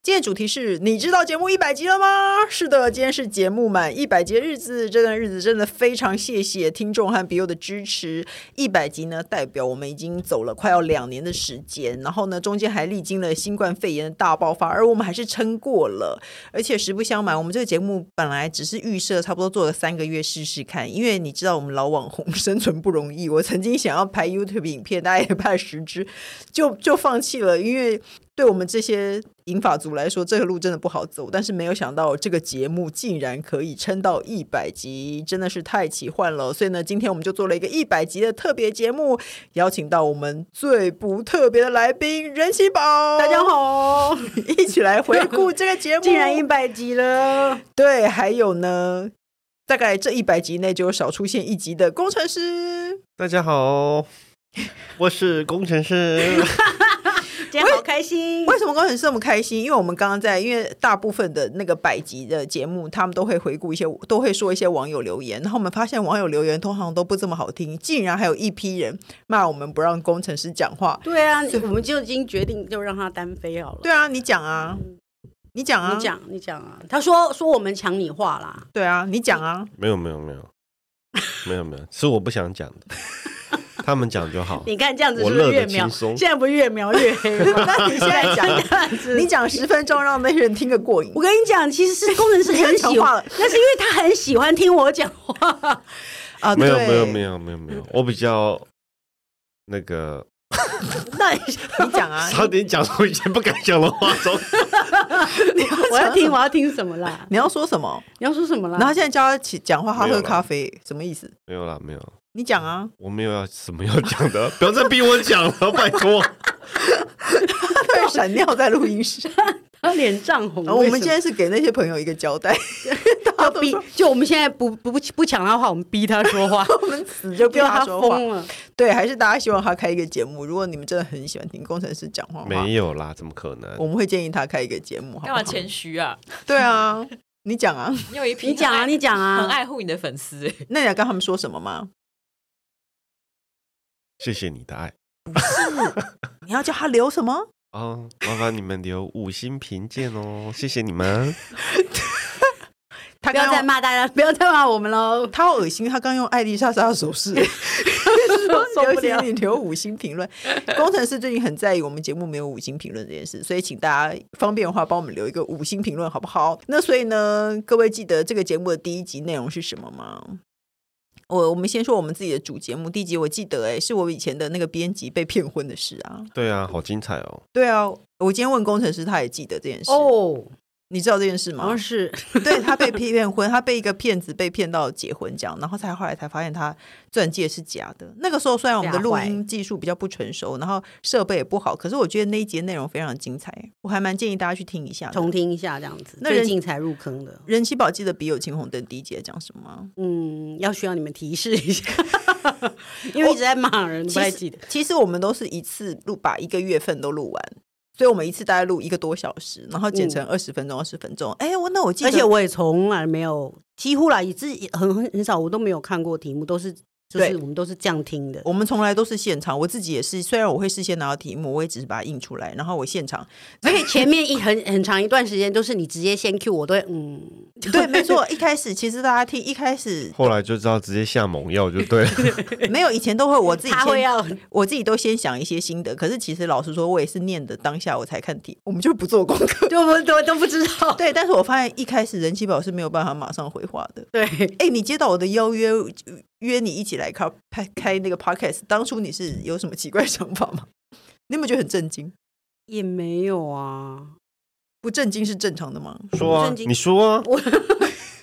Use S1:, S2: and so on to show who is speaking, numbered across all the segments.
S1: 今天的主题是你知道节目一百集了吗？是的，今天是节目满一百集的日子，这段日子真的非常谢谢听众和笔友的支持。一百集呢，代表我们已经走了快要两年的时间，然后呢，中间还历经了新冠肺炎的大爆发，而我们还是撑过了。而且实不相瞒，我们这个节目本来只是预设差不多做了三个月试试看，因为你知道我们老网红 生存不容易，我曾经想要拍 YouTube 影片，大概也拍了十支，就就放弃了，因为。对我们这些银发族来说，这个路真的不好走。但是没有想到，这个节目竟然可以撑到一百集，真的是太奇幻了。所以呢，今天我们就做了一个一百集的特别节目，邀请到我们最不特别的来宾任喜宝，
S2: 大家，好，
S1: 一起来回顾这个节目。
S2: 竟然一百集了，
S1: 对，还有呢，大概这一百集内就有少出现一集的工程师。
S3: 大家好， 我是工程师。
S2: 今天好开心。
S1: 为什么工程师这么开心？因为我们刚刚在，因为大部分的那个百集的节目，他们都会回顾一些，都会说一些网友留言。然后我们发现网友留言通常都不这么好听，竟然还有一批人骂我们不让工程师讲话。
S2: 对啊，我们就已经决定就让他单飞好了。
S1: 对啊，你讲啊，你讲啊，
S2: 你，讲，你讲啊。他说说我们抢你话啦，
S1: 对啊，你讲啊，
S3: 没有没有没有没有没有，是我不想讲的，他们讲就好。
S2: 你看这样子
S3: 我
S2: 是不是
S3: 乐
S2: 越
S3: 得
S2: 描？
S3: 轻松
S2: 现在不是越描越 黑吗？
S1: 那你现在讲，
S2: 这样子
S1: 你讲十分钟，让那些人听个过瘾
S2: 我。跟你讲，其实是工程师很
S1: 你
S2: 喜
S1: 讲话了
S2: 欢，那是因为他很喜欢听我讲 话。
S1: 啊，
S3: 没有
S1: 对
S3: 没有没有没有没有，我比较那个
S2: 那
S1: 你讲 啊，
S3: 差点讲出一些不敢讲的话 中。
S2: 我要听，我要听什么啦？
S1: 你要说什么？
S2: 你要说什么啦？
S1: 然后现在叫他起讲话，他
S3: 没
S1: 喝
S3: 有了
S1: 咖啡，什么意思？
S3: 没有啦没有，
S1: 你讲啊，
S3: 我没有要什么要讲的，不要再逼我讲了，拜托。
S1: 他突然闪尿在录音室。
S2: 他脸涨红。
S1: 然后我们
S2: 为
S1: 今
S2: 什么
S1: 天是给那些朋友一个交代，
S2: 要逼， 就我们现在不不不不抢他话，我们逼他说 话，
S1: 我们死就不
S2: 就
S1: 要
S2: 他
S1: 他说话。
S2: 疯了。
S1: 对，还是大家希望他开一个节目。如果你们真的很喜欢听工程师讲话的话，
S3: 没有啦，怎么可能
S1: 我？们会建议他开一个节目，好不
S4: 干
S1: 好
S4: 嘛？谦虚啊？
S1: 对啊，你讲啊，
S4: 你有一批
S2: 你讲啊，
S4: 很爱
S2: 你讲啊，
S4: 很爱护你的粉丝、欸，
S1: 那你要跟他们说什么吗？
S3: 谢谢你的爱
S1: 你要叫他留什么？
S3: 哦，麻烦你们留五星评鉴哦，谢谢你们。
S1: 他
S2: 不要
S1: 刚
S2: 再
S1: 用
S2: 骂大家，不要再骂我 们喽。
S1: 他好恶心，他刚用艾丽莎莎的手 势，
S2: 受不
S1: 留
S2: 了
S1: 言你留五星评论。工程师最近很在意我们节目没有五星评论这件事，所以请大家方便的话帮我们留一个五星评论好不好？那所以呢，各位记得这个节目的第一集内容是什么吗？我我们先说我们自己的主节目第一集，我记得哎、是我以前的那个编辑被骗婚的事啊。
S3: 对啊，好精彩哦。
S1: 对啊，我今天问工程师，他也记得这件事。
S2: 哦，
S1: 你知道这件事吗？
S2: 好像是
S1: 对他被骗婚，他被一个骗子被骗到结婚这样，然后才后来才发现他钻戒是假的。那个时候虽然我们的录
S2: 吓坏
S1: 音技术比较不成熟，然后设备也不好，可是我觉得那一节内容非常精彩，我还蛮建议大家去听一下的。
S2: 重听一下这样子，
S1: 那人
S2: 最近才入坑的。
S1: 人气宝记得笔友青红灯第一节讲什么吗？
S2: 嗯，要需要你们提示 一下，因为一直在骂人，不太记得。
S1: 其实我们都是一次录，把一个月份都录完。所以我们一次大概录一个多小时，然后剪成二十分钟、二十分钟。哎、我那我记得，
S2: 嗯而且我也从来没有，几乎啦，以至很很很少，我都没有看过题目，都是就
S1: 对
S2: 是我们都是这样听的。
S1: 我们从来都是现场，我自己也是。虽然我会事先拿到题目，我也只是把它印出来，然后我现场
S2: 而且前面一很很长一段时间都是你直接先 Q 我都会嗯，
S1: 对，没错。一开始其实大家听，一开始
S3: 后来就知道直接下猛药就对了。
S1: 没有以前都会我自己
S2: 他会啊
S1: 先，
S2: 要
S1: 我自己都先想一些心得。可是其实老实说，我也是念的当下我才看题，我们就不做功课。
S2: 就我 都都不知 道。
S1: 对，但是我发现一开始人气宝是没有办法马上回话的。
S2: 对，
S1: 哎，你接到我的邀约，约你一起来开开开那个 podcast，当初你是有什么奇怪想法吗？ 你有没有觉得很震惊？
S2: 也没有啊，
S1: 不震惊是正常的吗？
S3: 说啊
S2: 震，惊
S3: 你说啊，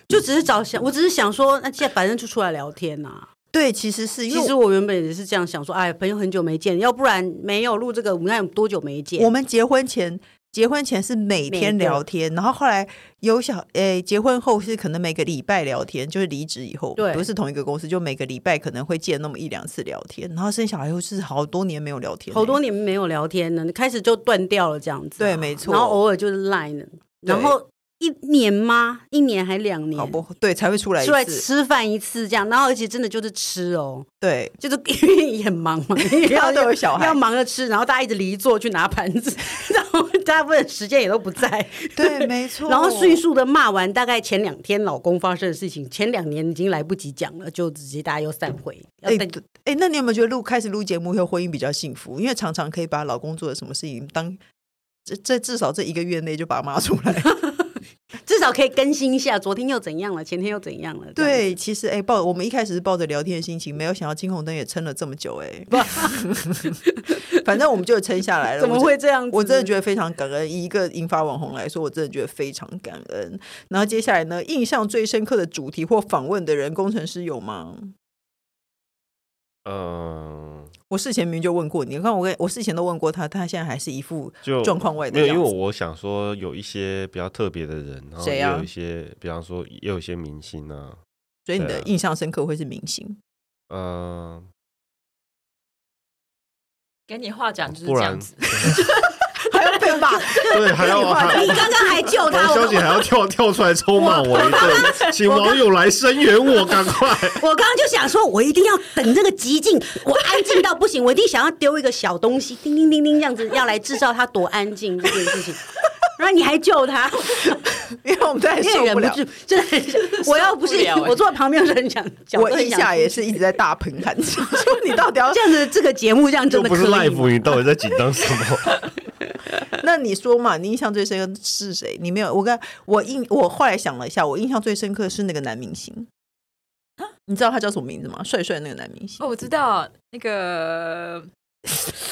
S2: 就只是找想，我只是想说，那现在反正就出来聊天呐、
S1: 对，其实是因
S2: 其
S1: 为
S2: 实我原本也是这样想说，哎，朋友很久没见，要不然没有录这个，我们看有多久没见？
S1: 我们结婚前结婚前是每天
S2: 每个
S1: 聊天，然后后来有小诶、结婚后是可能每个礼拜聊天，就是离职以后，
S2: 对
S1: 不是同一个公司，就每个礼拜可能会见那么一两次聊天，然后生小孩后是好多年没有聊天欸、
S2: 好多年没有聊天了，开始就断掉了这样子啊、
S1: 对没错
S2: 然后偶尔就是 Line，然后一年吗？一年还两年？
S1: 好不对才会出来一
S2: 出来
S1: 次，
S2: 吃饭一次这样，然后而且真的就是吃哦，
S1: 对，
S2: 就是 因为也很忙嘛，因
S1: 大
S2: 为
S1: 家
S2: 要
S1: 都有小孩
S2: 要忙着吃，然后大家一直离座去拿盘子， 然后大部分时间也都不在，
S1: 对，没错。
S2: 然后迅速的骂完，大概前两天老公发生的事情，前两年已经来不及讲了，就直接大家又散会。要
S1: 哎
S2: 呃等
S1: 对哎、那你有没有觉得录开始录节目以后婚姻比较幸福？因为常常可以把老公做的什么事情当这这至少这一个月内就把它骂出来。
S2: 至少可以更新一下，昨天又怎样了，前天又怎样了。这样
S1: 对，其实哎、抱我们一开始是抱着聊天的心情，没有想到金红灯也撑了这么久哎、 反正我们就撑下来了。
S2: 怎么
S1: 哎我
S2: 会这样子？
S1: 我真的觉得非常感恩。以一个银发网红来说，我真的觉得非常感恩。然后接下来呢，印象最深刻的主题或访问的人，工程师有吗？
S3: 嗯，
S1: 我事前明明就问过你，你看我跟我事前都问过他，他现在还是一副
S3: 就
S1: 状况外的
S3: 没有，因为
S1: 样子。
S3: 我想说有一些比较特别的人，然后
S1: 谁
S3: 也
S1: 啊
S3: 有一些，比方说也有一些明星啊，
S1: 所以你
S3: 对
S1: 的
S3: 啊
S1: 印象深刻会是明星，
S3: 呃，
S4: 给你话讲就是
S3: 不
S4: 这
S3: 然
S4: 样子，
S1: 还要被骂，
S3: 对，还 要还
S2: 你刚刚还救
S3: 王
S2: 他，
S3: 小姐还要跳跳出来臭骂我一顿， 请网友来声援我，赶 快！
S2: 我刚刚就想说，我一定要等这个极静，我安静到不行，我一定想要丢一个小东西，叮叮叮叮这样子，要来制造他多安静这件事 情。然后你还救他，
S1: 因为我们再也
S2: 因为
S1: 哎受
S2: 忍
S1: 不
S2: 不
S1: 了。
S2: 住，真的很想，我要不是
S4: 受不了欸
S2: 我坐在旁边，我就很想，脚
S1: 我
S2: 都很
S1: 一
S2: 想
S1: 下也是一直在大喷汗，说你到底要
S2: 这样子，这个节目这样真
S3: 又
S2: 的
S3: 不
S2: 可
S3: 是
S2: 以吗
S3: live，你到底在紧张什么？
S1: 那你说嘛，你印象最深刻是谁？你没有，我跟我印我后来想了一下，我印象最深刻是那个男明星，你知道他叫什么名字吗？帅帅那个男明星，
S4: 哦，我知道那个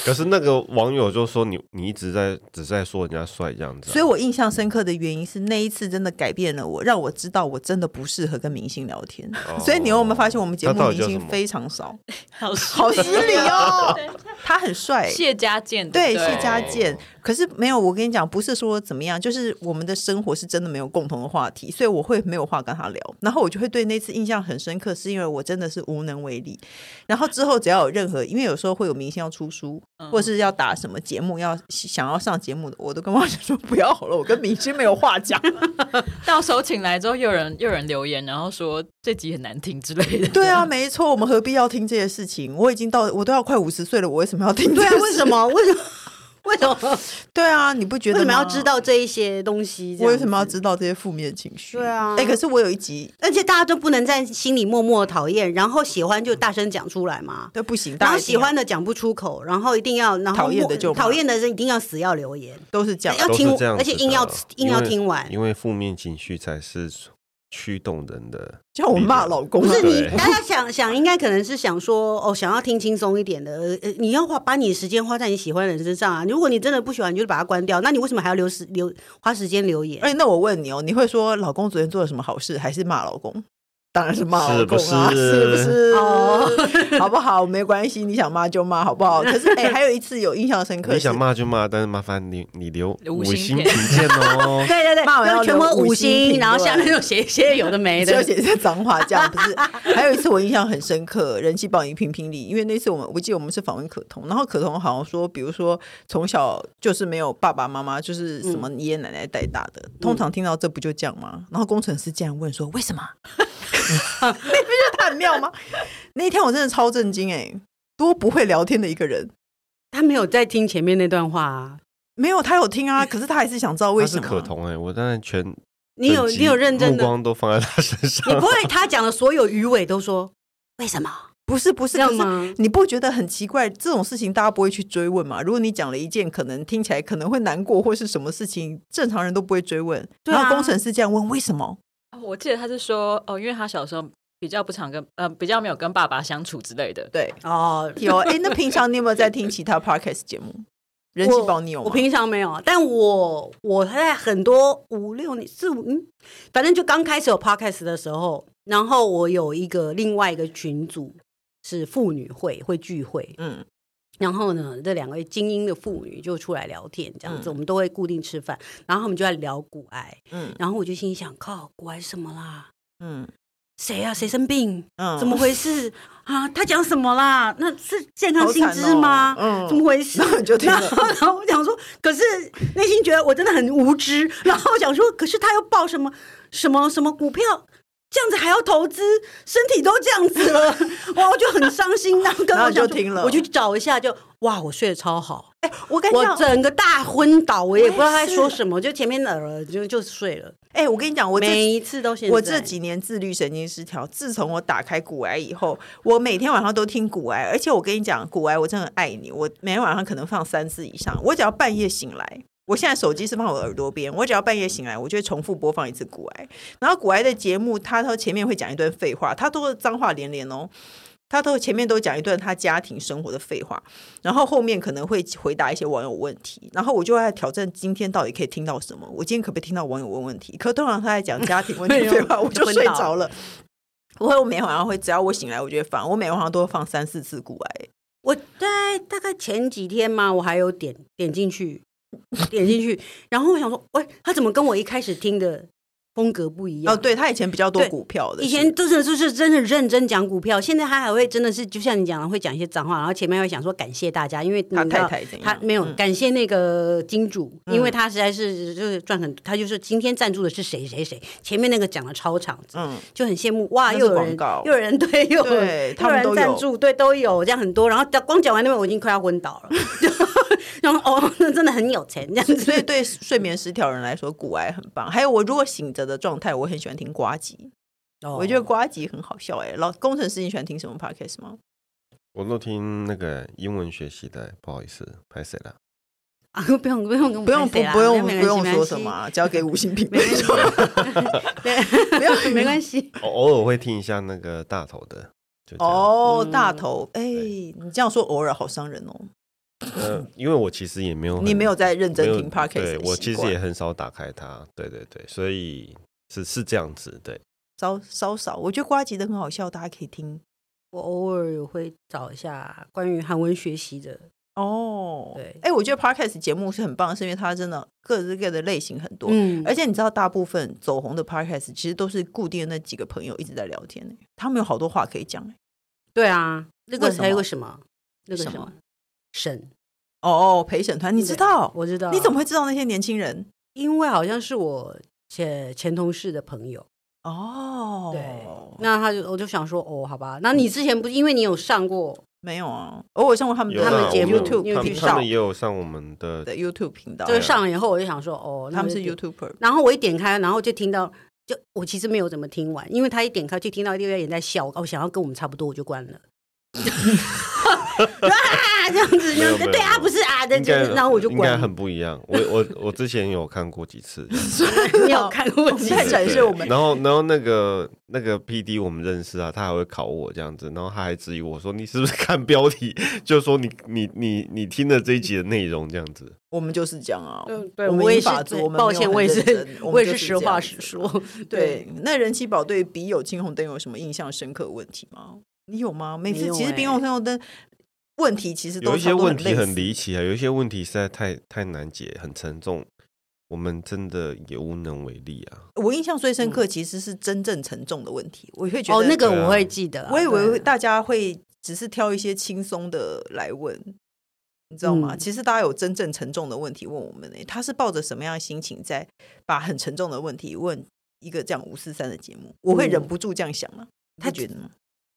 S3: 可是那个网友就说你你一直在只在说人家帅这样子啊、
S1: 所以我印象深刻的原因是那一次真的改变了我，让我知道我真的不适合跟明星聊天。
S3: 哦
S1: 所以你有没有发现我们节
S3: 他
S1: 目
S3: 到底
S1: 明
S3: 叫什
S1: 星
S3: 么
S1: 非常 少？
S4: 好，
S1: 好失礼哦
S4: 对
S1: 他很 帅、
S4: 谢家健
S1: 对
S4: 不
S1: 谢家健
S3: 哦，
S1: 可是没有，我跟你讲，不是说怎么样，就是我们的生活是真的没有共同的话题，所以我会没有话跟他聊，然后我就会对那次印象很深刻，是因为我真的是无能为力。然后之后只要有任何，因为有时候会有明星要出书，
S2: 嗯
S1: 或是要打什么节目要想要上节目的，我都跟汪姐说不要好了，我跟明星没有话 讲。
S4: 到时候请来之后，又有人又有人留言，然后说这集很难听之类的。
S1: 对啊，没错，我们何必要听这些事情？我已经到我都要快五十岁了，我为什么要听这
S2: 对
S1: 些事？
S2: 啊，为什 么？为什么？ 为什么？
S1: 对啊，你不 觉
S2: 为
S1: 得
S2: 什么要
S1: 吗
S2: 知？道这一些东西？
S1: 我为什么要
S2: 知？
S1: 知道这些负面情绪？
S2: 对啊
S1: 哎、可是我有一集
S2: 而且大家都不能在心里默默讨厌，然后喜欢就大声讲出来嘛。
S1: 对，不行，大
S2: 然
S1: 家
S2: 后
S1: 一定
S2: 喜欢的讲不出口，然后一定要，然后
S1: 讨厌的
S2: 默
S1: 就骂
S2: 讨厌的人一定要死要留言，
S1: 要都是这样。
S2: 要
S3: 都是
S2: 听
S3: 这样子的，
S2: 而且硬要硬要听完
S3: 因为因为负面情绪才是驱动人的。
S1: 叫我骂老公、啊，
S2: 不是你
S3: 对，
S2: 大家想想，应该可能是想说，哦，想要听轻松一点的，呃，呃你要花把你时间花在你喜欢的人身上啊。如果你真的不喜欢，你就把它关掉。那你为什么还要留时留花时间留言？
S1: 哎、那我问你哦，你会说老公昨天做了什么好事，还是骂老公？当然是骂老
S3: 是
S1: 公
S3: 不
S1: 啊，
S3: 是
S1: 是不是？
S2: 哦
S1: 好不好？没关系，你想骂就骂，好不好？可是哎、还有一次有印象深刻是，
S3: 你想骂就骂，但是麻烦你你留
S4: 五
S3: 五
S4: 星
S3: 星
S4: 评
S3: 评 鉴哦。
S2: 对对对，
S1: 骂完
S2: 然
S1: 要
S2: 后全
S1: 留
S2: 部
S1: 五
S2: 五
S1: 星评
S2: 星，然后
S1: 论
S2: 下面又写一些有的
S3: 哎
S2: 没
S1: 就
S2: 的。
S1: 写些脏话，这样不是？还有一次我印象很深刻，人气榜一评评理，因为那次我们我记得我们是访问可彤，然后可彤好像说，比如说从小就是没有爸爸妈妈，就是什
S3: 嗯
S1: 么爷爷奶奶带大的，通常听到这不就这样吗？然后工程师竟然问说为 什么？你不觉得他很妙吗？那一天我真的超震惊哎、多不会聊天的一个人。
S2: 他没有在听前面那段话啊。
S1: 没有，他有听啊，可是他还是想知道为
S3: 哎他
S1: 什
S3: 是
S1: 么。啊
S3: 可彤哎、我当然全
S2: 你有
S3: 整集
S2: 你有认真
S3: 目
S2: 的
S3: 光都放在他身 上。
S2: 你不会他讲的所有鱼尾都说为什么？
S1: 不是不是，
S2: 这样
S1: 可是
S2: 吗？
S1: 你不觉得很奇怪？这种事情大家不会去追问嘛？如果你讲了一件可能听起来可能会难过或是什么事情，正常人都不会追问。
S2: 对啊
S1: 然后工程师这样问为什么？
S4: 哦我记得他是说，哦，因为他小时候比较不常跟，呃，比较没有跟爸爸相处之类的。
S1: 对，
S2: 哦，
S1: 有哎，诶那平常你有没有在听 其他 podcast 节目？人气宝你有
S2: 我
S1: 吗？
S2: 平常没有，但我我在很多五六年四五嗯，反正就刚开始有 podcast 的时候，然后我有一个另外一个群组是妇女会会聚会，
S1: 嗯，
S2: 然后呢，这两位精英的妇女就出来聊天，这样子，我们都会固定吃饭，然后我们就在聊骨癌，
S1: 嗯
S2: 然后我就心里想，靠，骨癌是什么啦？
S1: 嗯
S2: 谁啊？谁生病？
S1: 嗯
S2: 怎么回事啊？他讲什么啦？那是健康
S1: 好
S2: 薪
S1: 惨
S2: 资
S1: 哦
S2: 吗？
S1: 嗯
S2: 怎么回事？
S1: 然后你就听
S2: 然
S1: 了
S2: 后， 然后我想说，可是内心觉得我真的很无知。 然后我想说，可是他又报什么什么什么股票，这样子还要投资，身体都这样子了， 哇，我就很伤心。 然后跟
S1: 然后
S2: 我
S1: 你就
S2: 讲说
S1: 听了
S2: 我去找一下就，哇，我睡得超好，
S1: 哎、我跟你
S2: 我
S1: 讲，
S2: 整个大昏倒，我也不知道
S1: 我
S2: 他
S1: 也
S2: 在
S1: 是
S2: 说什么，就前面耳就就睡了。
S1: 哎、我跟你讲，我这
S2: 每一次都现在
S1: 我这几年自律神经失调，自从我打开骨癌以后，我每天晚上都听骨癌，而且我跟你讲，骨癌我真的爱你，我每天晚上可能放三次以上，我只要半夜醒来。我现在手机是放我耳朵边，我只要半夜醒来，我就会重复播放一次骨癌。然后骨癌的节目，他到前面会讲一段废话，他都是脏话连连哦，他都前面都讲一段他家庭生活的废话，然后后面可能会回答一些网友问题，然后我就在挑战今天到底可以听到什么，我今天可不可以听到网友问问题？可通常他在讲家庭问
S2: 没
S1: 题
S2: 有
S1: 废话，我就
S2: 昏
S1: 睡
S2: 倒
S1: 着了。我会，我每天晚上会，只要我醒来，我就会放。我每天晚上都会放三四次古癌，
S2: 我在大概前几天嘛，我还有点点进去，点进去，然后我想说，喂，他怎么跟我一开始听的风格不一样？
S1: 哦，对他以前比较多
S2: 对
S1: 股票的，
S2: 以前真的就是真的认真讲股票，现在他还会真的是就像你讲的会讲一些脏话，然后前面会想说感谢大家，因为
S1: 他
S2: 你知道
S1: 太太怎样
S2: 他没有
S1: 嗯
S2: 感谢那个金主，
S1: 嗯
S2: 因为他实在是就是赚很，他就是今天赞助的是谁谁谁，前面那个讲的超长，
S1: 嗯，
S2: 就很羡慕哇，
S1: 那是
S2: 又有
S1: 广
S2: 人
S1: 告
S2: 又有人 对，又有
S1: 对
S2: 人
S1: 他
S2: 又有
S1: 们都
S2: 人赞
S1: 有嗯
S2: 助，对，都有这样很多。然后光讲完那边，我已经快要昏倒了。 就然后哦，那真的很有钱这样
S1: 所以
S2: 子。
S1: 对睡眠失调人来说，古癌很棒。还有我如果醒着的状态，我很喜欢听瓜吉，我觉得
S2: 哦
S1: 瓜吉很好笑哎、老工程师，你喜欢听什么 podcast 吗？
S3: 我都听那个英文学习的，不好意思，拍谁 了？
S2: 啊， 不用不用跟我
S1: 不用
S2: 拍
S1: 不
S2: 谁啦
S1: 不用不
S2: 没关系
S1: 用
S2: 没关
S1: 说
S2: 系
S1: 什么啊，只要给五星评
S2: 没
S1: 论
S2: 关系
S1: 就好。
S2: 对，
S1: 不要
S2: 没关系。
S1: 嗯
S3: 偶偶尔会听一下那个大头的，就这样。
S1: 哦，
S2: 嗯
S1: 大头，哎、
S3: 对
S1: 你这样说偶尔好伤人哦。
S3: 呃，因为我其实也没有很，
S1: 你没有在认真
S3: 没有
S1: 听 podcast
S3: 对
S1: 的
S3: 我
S1: 习
S3: 其实
S1: 惯
S3: 也很少打开它，对对对，所以是是这样子，对，
S1: 稍稍少，我觉得瓜吉的很好笑，大家可以听
S2: 我偶尔也会找一下关于韩文学习的，
S1: 哦。
S2: 对
S1: 哎、我觉得 podcast 节目是很棒，是因为它真的各式各样的类型很多，
S2: 嗯
S1: 而且你知道，大部分走红的 podcast 其实都是固定的那几个朋友一直在聊天、欸，他们有好多话可以讲、欸。
S2: 对啊，那个
S1: 为什么
S2: 还有个什么，那个
S1: 什
S2: 什
S1: 么
S2: 么沈，
S1: 哦哦，陪审团，你知道？
S2: 我知道，
S1: 你怎么会知道那些年轻人？
S2: 因为好像是我前前同事的朋友。
S1: 哦，
S2: 对，那他就我就想说，哦，好吧，那你之前不是因为你有上
S3: 嗯
S2: 过，
S1: 没有啊，偶尔上过他们
S3: 有
S2: 他
S3: 啦
S2: 们
S3: 我
S2: 节目
S3: 有
S2: 你有
S3: 他
S1: 频
S3: 们
S2: 去
S3: 他
S1: 道
S2: 上
S3: 们也有上我们的
S1: 的 YouTube 频道，
S2: 就是上了以后，我就想说，哦，那
S1: 他们
S2: 我
S1: 是
S2: 就点
S1: YouTuber，
S2: 然后我一点开，然后就听到，就我其实没有怎么听完，因为他一点开就听到六月也在笑，哦，想要跟我们差不多，我就关 了。啊，这样子，
S3: 没有没有
S2: 对啊，
S3: 没有
S2: 不是啊，这
S3: 应
S2: 就
S3: 该
S2: 是，然后我就
S3: 应该
S2: 关了。
S3: 很不一样。我我我之前有看过几次，
S2: 你有看过
S1: 我们
S2: 几
S1: 在
S2: 次？
S1: 展示我们
S3: 然后然后那个那个 P D 我们认识啊，他还会考我这样子，然后他还质疑我说你是不是看标题，就说你你你你听了这一集的内容这样子。
S1: 我们就是这样啊。
S2: 嗯，对，
S1: 我们
S2: 我也
S1: 依
S2: 是
S1: 法做，我，们
S2: 抱
S1: 没有
S2: 歉，
S1: 很
S2: 我也
S1: 认
S2: 是
S1: 真，
S2: 我也是
S1: 们就
S2: 实话
S1: 这样
S2: 实
S1: 子
S2: 说，对
S1: 对，，那人气宝对笔友青红灯有什么印象深刻问题吗？你有吗？每次
S2: 没有
S1: 其实
S2: 欸
S1: 笔友青红灯问题其实都
S3: 有一些问题很
S1: 很
S3: 离奇啊，有一些问题实在太太难解，很沉重，我们真的也无能为力啊。
S1: 我印象最深刻其实是真正沉重的问题，我会觉
S2: 嗯哦，
S1: 得
S2: 那个
S3: 对啊
S2: 我会记得啊，
S1: 我以为
S2: 对
S1: 会大家会只是挑一些轻松的来问，你知道吗？
S2: 嗯
S1: 其实大家有真正沉重的问题问我们诶、欸他是抱着什么样的心情在把很沉重的问题问一个这样五四三的节目？我会忍不住这样想啊，他
S2: 他
S1: 觉得吗？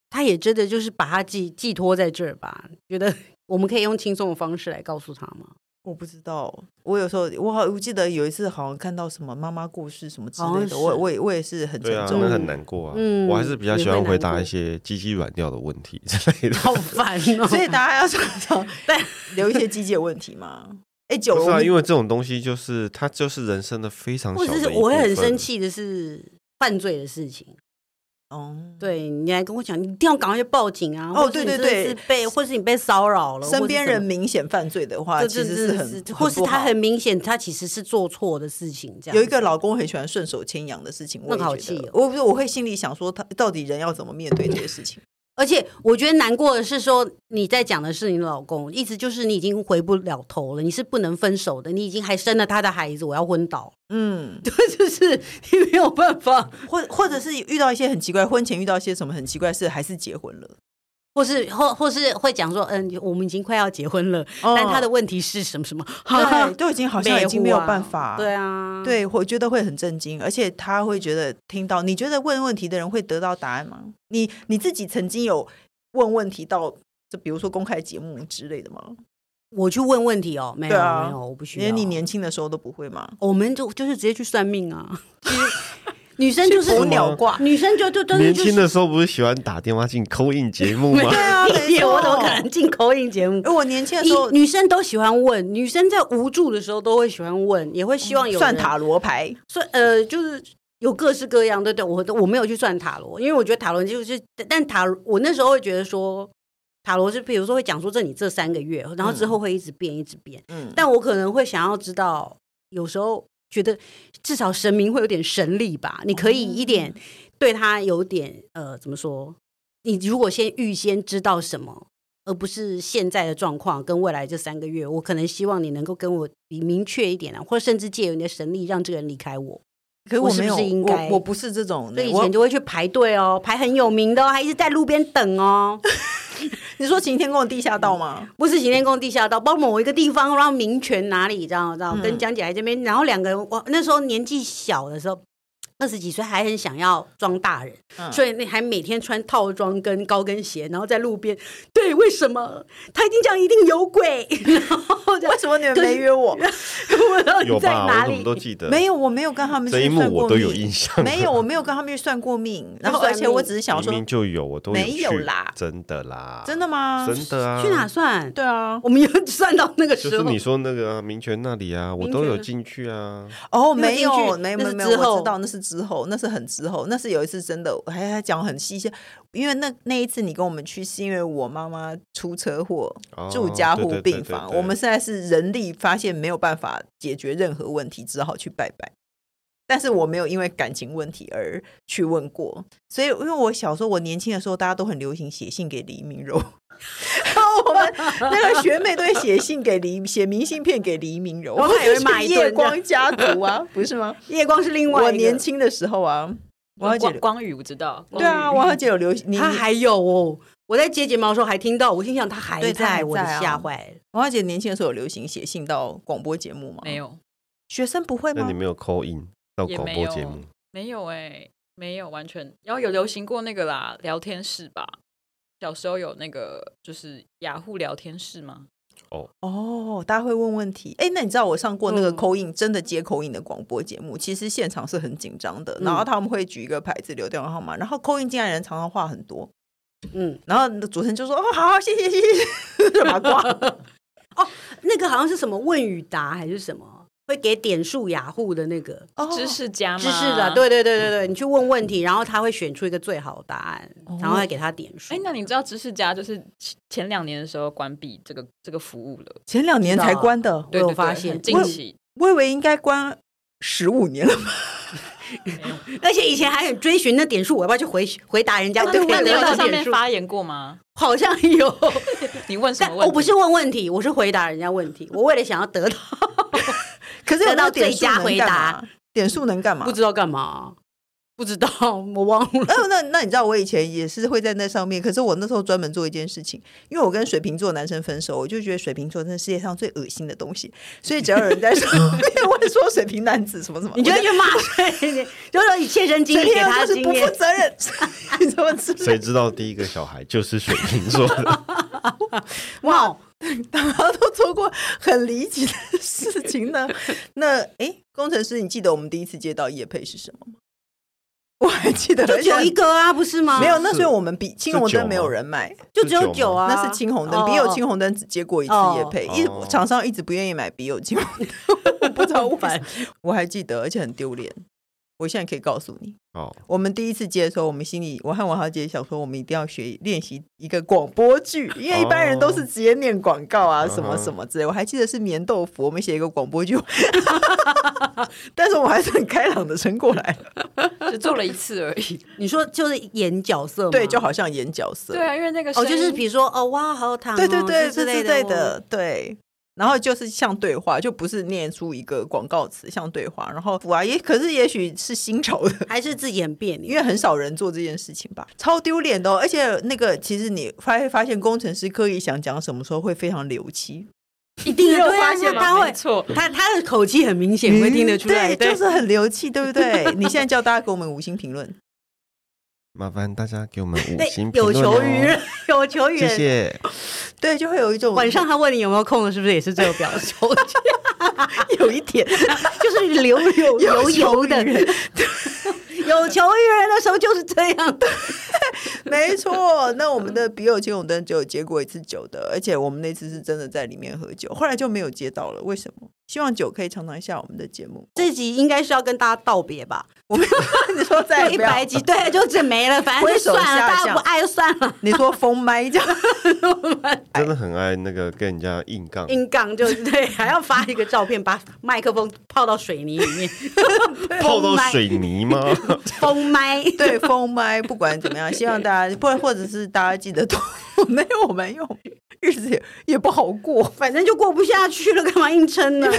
S2: 他也真的就是把他寄寄托在这儿吧，觉得 我们可以用轻松的方式来告诉他吗？
S1: 我不知道，我有时候我好我记得有一次好像看到什么妈妈过世什么之
S2: 好
S1: 类的，
S2: 像是
S1: 我我也我也是很沉
S3: 对啊，
S1: 重。
S3: 那很难过啊。
S2: 嗯
S3: 我还是比较喜欢回答一些鸡鸡软掉的问题之类的。
S2: 好烦 哦！
S1: 所以大家要常 常留一些机械问题嘛。哎，久
S3: 不
S1: 了
S3: 是
S1: 我
S3: 啊，
S1: 们
S3: 因为这种东西就是它就是人生的非常
S2: 或
S3: 嗯
S2: 者
S3: 小的一
S2: 是
S3: 部分。
S2: 我会很生气的是犯罪的事情，
S1: 哦，
S2: 对你来跟我讲，你一定要赶快去报警啊！
S1: 哦
S2: 或者是
S1: 对
S2: 你
S1: 对
S2: 真的
S1: 对
S2: 是被或是你被骚扰了，
S1: 身边人
S2: 或
S1: 明显犯罪的话，
S2: 啊是
S1: 其
S2: 什么
S1: 实
S2: 这这
S1: 是
S2: 这
S1: 很
S2: 这或是
S1: 不
S2: 他
S1: 好
S2: 很明显他其实是做错的事情，这样
S1: 有一个
S2: 子
S1: 老公很喜欢顺手牵羊的事情，我
S2: 那个
S1: 也
S2: 好
S1: 觉得
S2: 气哦
S1: 我不是我会心里想说，他到底人要怎么面对这些事情？
S2: 而且我觉得难过的是说，你在讲的是你老公，意思就是你已经回不了头了，你是不能分手的，你已经还生了他的孩子，我要昏倒，
S1: 嗯，
S2: 对，就是你没有办法，
S1: 或或者是遇到一些很奇怪，婚前遇到一些什么很奇怪的事，还是结婚了，
S2: 或是或或是会讲说，嗯，我们已经快要结婚了，
S1: 哦
S2: 但他的问题是什么什么，
S1: 对，都已经好像已经没有办法，
S2: 啊对啊，
S1: 对，我觉得会很震惊，而且他会觉得听到，你觉得问问题的人会得到答案吗？你你自己曾经有问问题到，就比如说公开节目之类的吗？
S2: 我去问问题哦，没有、
S1: 对啊
S2: 没有，我不需要。
S1: 连你年轻的时候都不会吗？
S2: 我们就就是直接去算命啊， 女生就是
S1: 鸵鸟卦，
S2: 女生就就真
S3: 年
S2: 就
S3: 轻
S2: 是
S3: 的时候不是喜欢打电话进扣印节 目吗？
S1: 啊没错
S2: 我怎么可能进口音节目？
S1: 呃因为我年轻的时候
S2: 女女生都喜欢问，女生在无助的时候都会喜欢问，也会希望有人
S1: 算塔罗牌，
S2: 算呃，就是有各式各样的。对，我我没有去算塔罗，因为我觉得塔罗就是，但塔我那时候会觉得说，塔罗是比如说会讲说这你这三个月，然后之后会一直变一直变，
S1: 嗯，
S2: 但我可能会想要知道，有时候觉得至少神明会有点神力吧，你可以一点对他有点呃，怎么说？你如果先预先知道什么，而不是现在的状况跟未来这三个月，我可能希望你能够跟我比明确一点啊，或者甚至借由你的神力让这个人离开我。
S1: 可是
S2: 我是不
S1: 没有，
S2: 是应该
S1: 我我不是这种
S2: 所
S1: 的
S2: 以。以
S1: 我
S2: 前就会去排队哦，排很有名的哦，还一直在路边等哦，
S1: 你说晴天宫的地下道吗？
S2: 不是行天宫地下道，包某一个地方，然后民权哪里，知道知道？
S1: 嗯
S2: 跟江姐来这边，然后两个人，我那时候年纪小的时候，二十几岁还很想要装大人，
S1: 嗯
S2: 所以那还每天穿套装跟高跟鞋，然后在路边，对，为什么他一定这样，一定有鬼， 然后这样
S1: 为什么你们
S2: 可是
S1: 没约我？
S2: 我到底
S3: 有
S2: 在
S3: 吧？
S2: 哪
S3: 我怎么
S2: 里？
S3: 都记得。
S1: 没有，我没有跟他们
S3: 这一
S1: 去
S3: 幕
S1: 算过
S3: 我都有
S1: 命
S3: 印象
S1: 没有，我没有跟他们去算过 命。然后，
S2: 算
S1: 而且我
S2: 命
S1: 只是想
S3: 明
S1: 说，
S3: 明就有，我都
S1: 没有
S3: 有去
S1: 啦
S3: 真的啦，
S1: 真的吗？
S3: 真的啊，
S2: 去哪？算？
S1: 对啊，
S2: 我们有算到那个时
S3: 就
S2: 候，
S3: 是你说那个啊，民权那里啊，我
S2: 民
S3: 都
S2: 权
S3: 有
S2: 啊
S3: 进去啊。
S1: 哦，
S2: 没有
S1: 没
S2: 进去
S1: 有，没有，没有，
S2: 那是
S1: 没
S2: 之
S1: 有，我
S2: 后
S1: 知道那是之后，那是很之后，那是有一次真的，我还还讲很细一些，因为那那一次你跟我们去，是因为我妈妈出车祸，
S3: 哦
S1: 住加护
S3: 对对对
S1: 病房，
S3: 对对
S1: 我们现在是人力发现没有办法解决任何问题，只好去拜拜。但是我没有因为感情问题而去问过，所以因为我小时候我年轻的时候，大家都很流行写信给黎明 柔，然后我们那个学妹都会写信给黎，写明信片给黎明柔，
S2: 然后还有人骂一顿
S1: 夜光家族 啊，不是吗？
S2: 夜光是另外一个呃
S1: 我年，轻的时候啊，王小姐
S4: 光光宇我知道，光
S1: 对啊，王小姐有流行，你
S2: 他还有哦。我在接睫毛的时候还听到，我心想他还
S1: 对他还
S2: 在，我
S1: 在啊
S2: 吓坏了。
S1: 王小姐年轻的时候有流行写信到广播节目吗？
S4: 没，有
S1: 学生不会
S3: 那
S1: 吗
S3: 你？没有扣印到
S4: 也
S3: 广
S4: 没
S3: 播
S4: 有
S3: 节目？
S4: 没有哎，没有完全。然后有流行过那个啦，聊天室吧。小时候有那个就是雅虎聊天室吗？
S1: 哦，大家会问问题。哎，那你知道我上过那个
S2: 嗯
S1: 口音、真的接口音的广播节目，其实现场是很紧张的，然后
S2: 嗯
S1: 他们会举一个牌子留电话号码，然后口音进来的人常常话很多，
S2: 嗯，
S1: 然后主持人就说：“哦，好好，谢谢，谢谢，就把它挂了。
S2: 那个好像是什么问与答还是什么，会给点数雅虎的那个”
S1: 哦
S4: 知识家吗？
S2: 知识的，。对对对对对，你去问问题，然后他会选出一个最好的答案，然后再给他点数。
S4: 哎，那你知道知识家就是前前两年的时候关闭这个这个服务了？
S1: 前两年才关的，
S4: 对
S2: 我有
S4: 对对
S2: 发现
S4: 很近期
S1: 我以为应该关十五年了。
S2: 而且以前还很追寻那点数，我要不要去回回答人家？
S1: 哎对
S2: 我
S1: 我
S4: 那
S2: 要
S4: 你有
S1: 有
S2: 得
S4: 在
S2: 到
S4: 上
S2: 点
S4: 面
S2: 数，
S4: 发言过吗？
S2: 好像有，
S4: 你问什
S2: 但
S4: 么问题？
S2: 我不是问问题，我是回答人家问题。我为了想要 得到，
S1: 可是有
S2: 得
S1: 没有
S2: 到
S1: 点
S2: 最
S1: 数
S2: 佳
S1: 能
S2: 回
S1: 干
S2: 答
S1: 嘛，点数能干嘛
S2: 不？知道干嘛，不知道，我忘了。
S1: 哦，那那你知道我以前也是会在那上面，可是我那时候专门做一件事情，因为我跟水瓶座男生分手，我就觉得水瓶座真是世界上最恶心的东西，所以只要有人在 上面问说水瓶男子什么什么，
S2: 你就会去骂谁？你就是说以切身经
S1: 水
S2: 历
S1: 瓶
S2: 给他
S1: 男
S2: 的
S1: 座
S2: 经
S1: 是不负
S2: 验。
S1: 责任， 你怎么知道？
S3: 谁知道第一个小孩就是水瓶座的？
S2: 哇，
S1: 然后都做过很离奇的事情 呢。那诶，工程师，你记得我们第一次接到叶配是什么吗？我还记得，哎
S2: 就只有一个啊，不是吗？
S1: 没有，那
S3: 是
S1: 所以我们比青红
S3: 是酒
S1: 灯没有
S3: 吗
S1: 人卖。
S2: 就只有
S3: 是酒
S2: 酒啊，
S1: 那是青红灯，
S2: 哦
S1: 笔友青红灯只接过一次
S2: 哦
S1: 也配，一
S3: 哦
S1: 厂 商一直不愿意买笔友青红灯，我不知道为什么，我还记得，而且很丢脸。我现在可以告诉你，
S3: 哦，
S1: 我们第一次接的时候，我们心里，我和王小姐想说，我们一定要学练习一个广播剧，因为一般人都是直接念广告啊，
S3: 哦
S1: 什么什么之类。我还记得是棉豆腐，我们写一个广播 剧，但是我们还是很开朗的撑过 来了。
S4: 只做了一次而 已。
S2: 你说就是演角色吗？
S1: 对，就好像演角色，
S4: 对啊，因为那个
S2: 哦，
S4: 声
S2: 就是
S4: 音
S2: 比如说哦，哇，好糖哦、
S1: 对对对，
S2: 之
S1: 是
S2: 类
S1: 之
S2: 的
S1: 类
S2: 哦
S1: 的，对。然后就是像对话，就不是念出一个广告词，像对话。然后哇，也可是也许是新潮的，
S2: 还是自己很别扭，
S1: 因为很少人做这件事情吧，超丢脸的、哦。而且那个，其实你发会发现，工程师刻意想讲什么时候会非常流气，
S2: 一定
S4: 你有
S2: 对啊
S4: 发现吗
S2: 他
S4: 没
S2: 会
S4: 错，
S2: 他他的口气很明显，会听得出来，
S1: 嗯对，就是很流气，对不 对？你现在叫大家给我们五星评论，
S3: 麻烦大家给我们五
S2: 对
S3: 星
S1: 啊
S3: 评
S2: 有
S3: 论
S2: 求
S3: 哦
S2: 于人，有求于
S3: 谢
S2: 人。
S3: 谢。
S1: 对，就会有一种
S2: 晚上他问你有没有空了，是不是也是这个表情？
S1: 有一点
S2: 就是流 流油油的，有求于人的时候就是这样的。
S1: 没错，那我们的笔友接勇灯只有接过一次酒的，而且我们那次是真的在里面喝酒，后来就没有接到了。为什么？希望酒可以常常下我们的节 目。
S2: 这集应该是要跟大家道别吧？
S1: 你说再
S2: 一
S1: 也不要
S2: 百集，对，就这没了，反正就
S1: 挥手
S2: 算了，
S1: 下
S2: 大家
S1: 降
S2: 不爱就算了，
S1: 你说封麦这样，
S3: 真的很爱那个跟人家硬杠，
S2: 硬杠就是对，还要发一个照片，把麦克风泡到水泥里面，
S3: 泡到
S2: 封麦
S3: 水泥吗？
S2: 封麦。
S1: 对封麦，不管怎么样，希望大家不然或者是大家记得多没有我们用，日子也也不好过，
S2: 反正就过不下去了，干嘛硬撑 呢？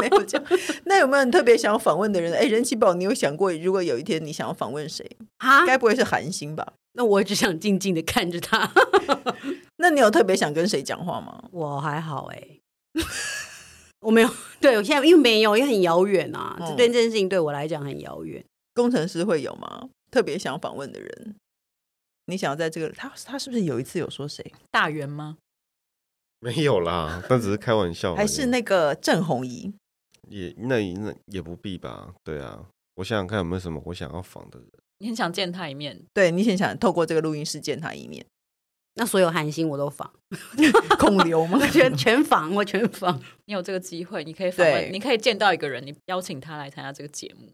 S1: 没有这样。那有没有很特别想要访问的人？哎，人气宝，你有想过如果有一天你想要访问谁？
S2: 啊！
S1: 该不会是韩星吧？
S2: 那我只想静静的看着他。
S1: 那你有特别想跟谁讲话吗？
S2: 我还好哎、 我没有。对我现在因为没有，因为很遥远啊，这
S1: 嗯
S2: 对这件事情对我来讲很遥远。
S1: 工程师会有吗？特别想访问的人，你想要在这个他他是不是有一次有说谁？
S4: 大圆吗？
S3: 没有啦，那只是开玩笑而已。
S1: 还是那个郑红怡？
S3: 也那那也不必吧？对啊，我想想看有没有什么我想要仿的人。
S4: 你很想见他一面，
S1: 对你很想透过这个录音室见他一面，
S2: 那所有韩星我都防，
S1: 孔刘吗
S2: 我？全 全防，我全防。
S4: 你有这个机会，你可以访
S1: 对
S4: 问，你可以见到一个人，你邀请他来参加这个节目。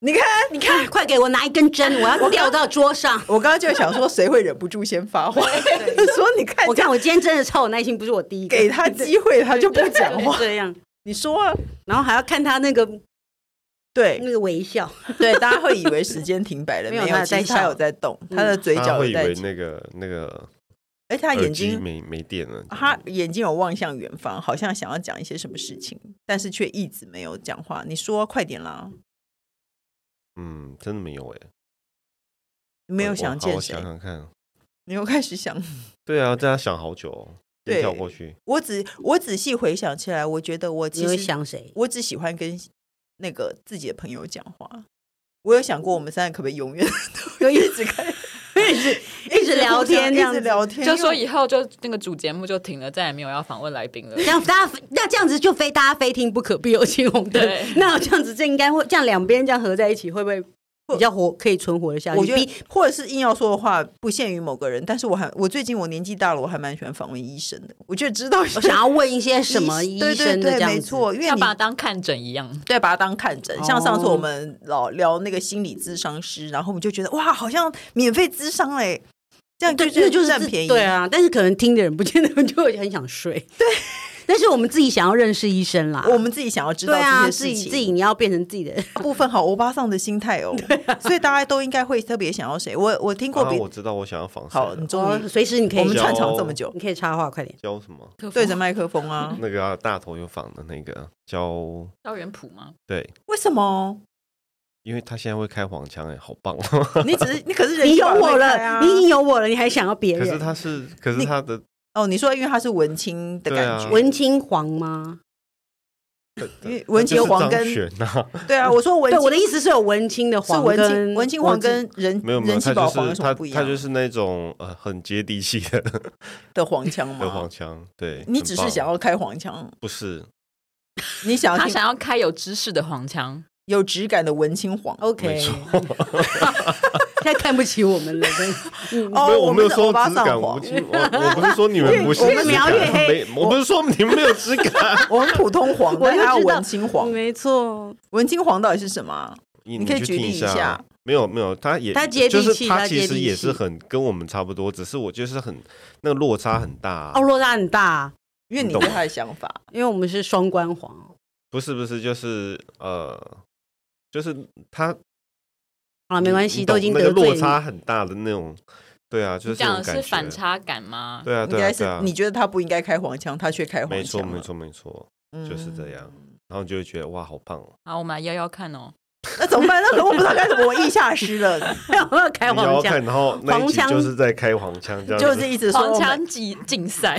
S1: 你看，
S2: 你看， 快给我拿一根针，我要掉到桌上。
S1: 我刚刚就想说，谁会忍不住先发话？说 你看，
S2: 我看我今天真的超有耐心，不是我第一个
S1: 给 他机会，他就不讲话。
S2: 这样，
S1: 你说啊，
S2: 然后还要看他那个
S1: 对
S2: 那个微笑。
S1: 对，大家会以为时间停摆了，
S2: 没
S1: 没
S2: 有
S1: 有，
S2: 他有
S1: 其
S2: 在
S1: 实他
S2: 笑
S1: 有在动，
S2: 嗯
S1: 他的嘴
S3: 大家
S1: 角
S3: 会
S1: 有
S3: 以
S1: 在
S3: 为
S1: 起。
S3: 那个那个
S1: 哎，他
S3: 耳
S1: 眼
S3: 机
S1: 睛啊
S3: 没没电了，
S1: 他眼睛有望向远方，好像想要讲一些什么事情，但是却一直没有讲话。你说快点啦，
S3: 嗯，真的没有哎、
S1: 没有
S3: 我
S1: 想
S3: 好
S1: 见
S3: 我
S1: 谁
S3: 想？想看，
S1: 你又开始想。
S3: 对啊，这样想好久、哦，先
S1: 对
S3: 跳过去。
S1: 我只我仔细回想起来，我觉得我
S2: 你
S1: 其
S2: 会
S1: 实
S2: 想谁？
S1: 我只喜欢跟那个自己的朋友讲话。我有想过，我们三个可不可以永远都 一直开，一 直
S2: 一直聊天
S1: 互相
S2: 这样
S1: 一
S2: 子
S1: 直聊天，
S4: 就说
S1: 因为
S4: 以后就那个主节目就停了，再也没有要访问来宾了
S2: 这。样大家那这样子就非大家非听不可，必有青红灯
S4: 对。
S2: 那这样子，这应该会这样两边这样合在一起，会不会比较活，可以存活的下去？
S1: 我觉得
S2: 比，
S1: 或者是硬要说的话，不限于某个人。但是我还，我最近我年纪大了，我还蛮喜欢访问医生的。我觉得知道
S2: 我 想要问一些什么医
S1: 对对
S2: 生的这
S1: 对，
S2: 样子，
S1: 没错，因为
S4: 要
S1: 你
S4: 把它当看诊一样，
S1: 对，把它当看诊。像上次
S2: 哦
S1: 我们老聊那个心理咨商师，然后我们就觉得哇，好像免费咨商哎、这样就
S2: 对，
S1: 觉
S2: 那
S1: 得
S2: 就是
S1: 占
S2: 自
S1: 便宜。
S2: 对啊，但是可能听的人不见得就会很想睡。对， 但是我们自己想要认识医生啦。
S1: 我们自己想要知道
S2: 对啊，
S1: 这些
S2: 自
S1: 事
S2: 己
S1: 情，
S2: 自己你要变成自己的，
S1: 大部分好欧巴桑的心态哦，
S2: 啊
S1: 所以大家都应该会特别想要谁。我我听过
S3: 啊，
S1: 别、
S3: 我知道我想要仿谁
S1: 好，
S3: 了
S1: 你，终于、
S2: 哦随时你可以，
S1: 我们
S3: 串
S1: 串场这么久，
S2: 你可以插话，快点。
S3: 教什么？
S1: 对着麦克风
S2: 嗯
S1: 啊，
S3: 那个、啊、大头有仿的那个教，
S4: 高原谱吗？
S3: 对，
S1: 为什么？
S3: 因为他现在会开黄腔哎、好棒！
S1: 你只是 你可是人
S2: 你有
S1: 家
S2: 我
S1: 会
S2: 了，
S1: 开啊
S2: 你已经有我了，你还想要别
S3: 可是
S2: 人？
S3: 他是，可是
S1: 你
S3: 他的
S1: 哦，你说因为他是文青的
S3: 对
S1: 感
S3: 啊
S1: 觉，
S2: 文青黄吗？
S1: 因为文
S3: 就是
S1: 青黄
S3: 张
S1: 跟
S3: 悬呐，
S1: 对啊，我说文
S2: 对，
S1: 青
S2: 我的意思是有文青的
S1: 是
S2: 黄
S1: 文
S2: 跟
S1: 青文青黄跟人
S3: 没有没有，
S1: 人气
S3: 他
S1: 宝
S3: 就
S1: 黄有
S3: 是
S1: 什
S3: 他
S1: 么不一样？
S3: 他就是那种呃很接地气的
S1: 的黄腔吗？
S3: 的黄腔，对，
S1: 啊你
S3: 很
S1: 只是
S3: 棒
S1: 想要开黄腔，
S3: 不是
S1: 你想要
S4: 他
S1: 听
S4: 想要开有知识的黄腔，
S1: 有质感的文青黄。
S2: OK，
S3: 没错
S2: 太看不起我们了。真的嗯
S1: 哦
S3: 没有，
S1: 我
S3: 我
S1: 们
S3: 没有
S1: 的
S3: 说
S1: 欧巴
S3: 质
S1: 上
S3: 感，
S1: 火
S3: 我不是我我不是说你们不是
S1: 越
S3: 质
S2: 描
S3: 感
S2: 越黑
S3: 没，我不是说你们没有质 感。
S1: 我们普通黄，
S2: 我
S1: 但
S2: 就
S1: 还有
S2: 知道
S1: 文青黄。
S2: 没错，
S1: 文青黄到底是什么啊？
S3: 你
S1: 你可以
S3: 去
S1: 举
S3: 听
S1: 例
S3: 一
S1: 一下。
S3: 没有没有，他也
S2: 他接
S3: 就
S2: 地
S3: 是
S2: 气
S3: 他
S2: 他
S3: 其
S2: 接
S3: 实
S2: 地
S3: 也
S2: 气
S3: 是很跟我们差不多，只是我就是很那个落差很大啊、
S2: 哦，落差很大，
S1: 因为你
S3: 懂
S1: 对他的想法，
S2: 因为我们是双关黄。
S3: 不是不是，就是呃，就是他
S1: 啊
S2: 好了，没关系，
S3: 你
S2: 都已
S3: 懂
S2: 经
S3: 那
S2: 得
S3: 个
S2: 罪
S3: 落
S2: 你。
S3: 差很大的那种，对啊，就
S4: 你
S3: 是这
S4: 讲
S3: 种
S4: 的
S3: 感
S4: 是
S3: 觉
S4: 反，差感吗？
S3: 对啊
S1: 应
S3: 对啊
S1: 该
S3: 对
S1: 是
S3: 啊，
S1: 你觉得他不应该开黄腔，他却开黄腔。
S3: 没错没，错没错，就是这样
S1: 嗯。
S3: 然后你就会觉得哇好棒哦，
S4: 好，我们来邀邀看哦。
S1: 那怎么办？那可我不知道该怎么，我意下失 了，
S2: 我要开
S3: 你要
S2: 黄腔
S3: 看，，然后那一
S2: 黄
S3: 集
S2: 腔
S3: 就是在开黄腔这样子，
S1: 就是一直说
S4: 黄
S1: 我们
S4: 腔竞 竞赛，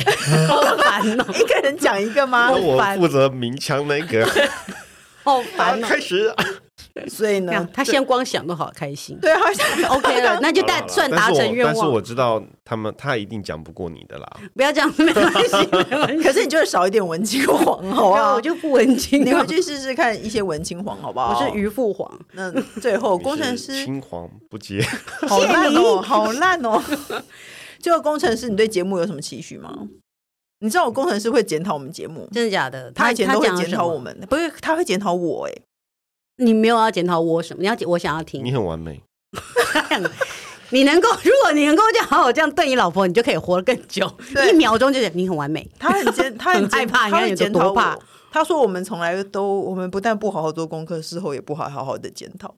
S2: 好烦哦，
S1: 一个人讲一个吗
S3: 那？我
S2: 烦
S3: 负责鸣枪那个，
S2: 好
S3: 好
S2: 烦哦。
S3: 开始。
S1: 所以
S2: 这样
S1: 呢，
S2: 他现在光想都好开心。
S1: 对，啊好像
S2: OK 了，那就
S3: 好
S2: 达
S3: 啦
S2: 算达成愿
S3: 但是我。但是
S2: 望
S3: 我。知道他们他一定讲不过你的啦。
S2: 不要这样，没关系，没关 系。
S1: 可是你就是少一点文青黄，好
S2: 没
S1: 啊，
S2: 有我就不文青
S1: 你
S2: 了，
S1: 回去试试看一些文青黄，好不好？
S2: 我是渔父皇。
S1: 那最后工程
S3: 你
S1: 师
S3: 是青黄不接，
S1: 好烂哦，好烂哦。 最后工程师，你对节目有什么期许吗？你知道我工程师会检讨我们节目，
S2: 真的假的？
S1: 他以前都会
S2: 讲了
S1: 检
S2: 什
S1: 讨
S2: 么
S1: 我，们，不是他会检讨我哎、
S2: 你没有要检讨我什么？你要检我想要听
S3: 你。很完美。
S2: 你能够，如果你能够这样好好这样对你老婆，你就可以活得更久。
S1: 对
S2: 一秒钟就是你很完美，
S1: 他很 检，他很
S2: 很害
S1: 检
S2: 怕
S1: 他
S2: 你看
S1: 很
S2: 有
S1: 检
S2: 多
S1: 讨
S2: 怕
S1: 我。他说我们从来都，我们不但不好好做功课，事后也不好好好的检讨。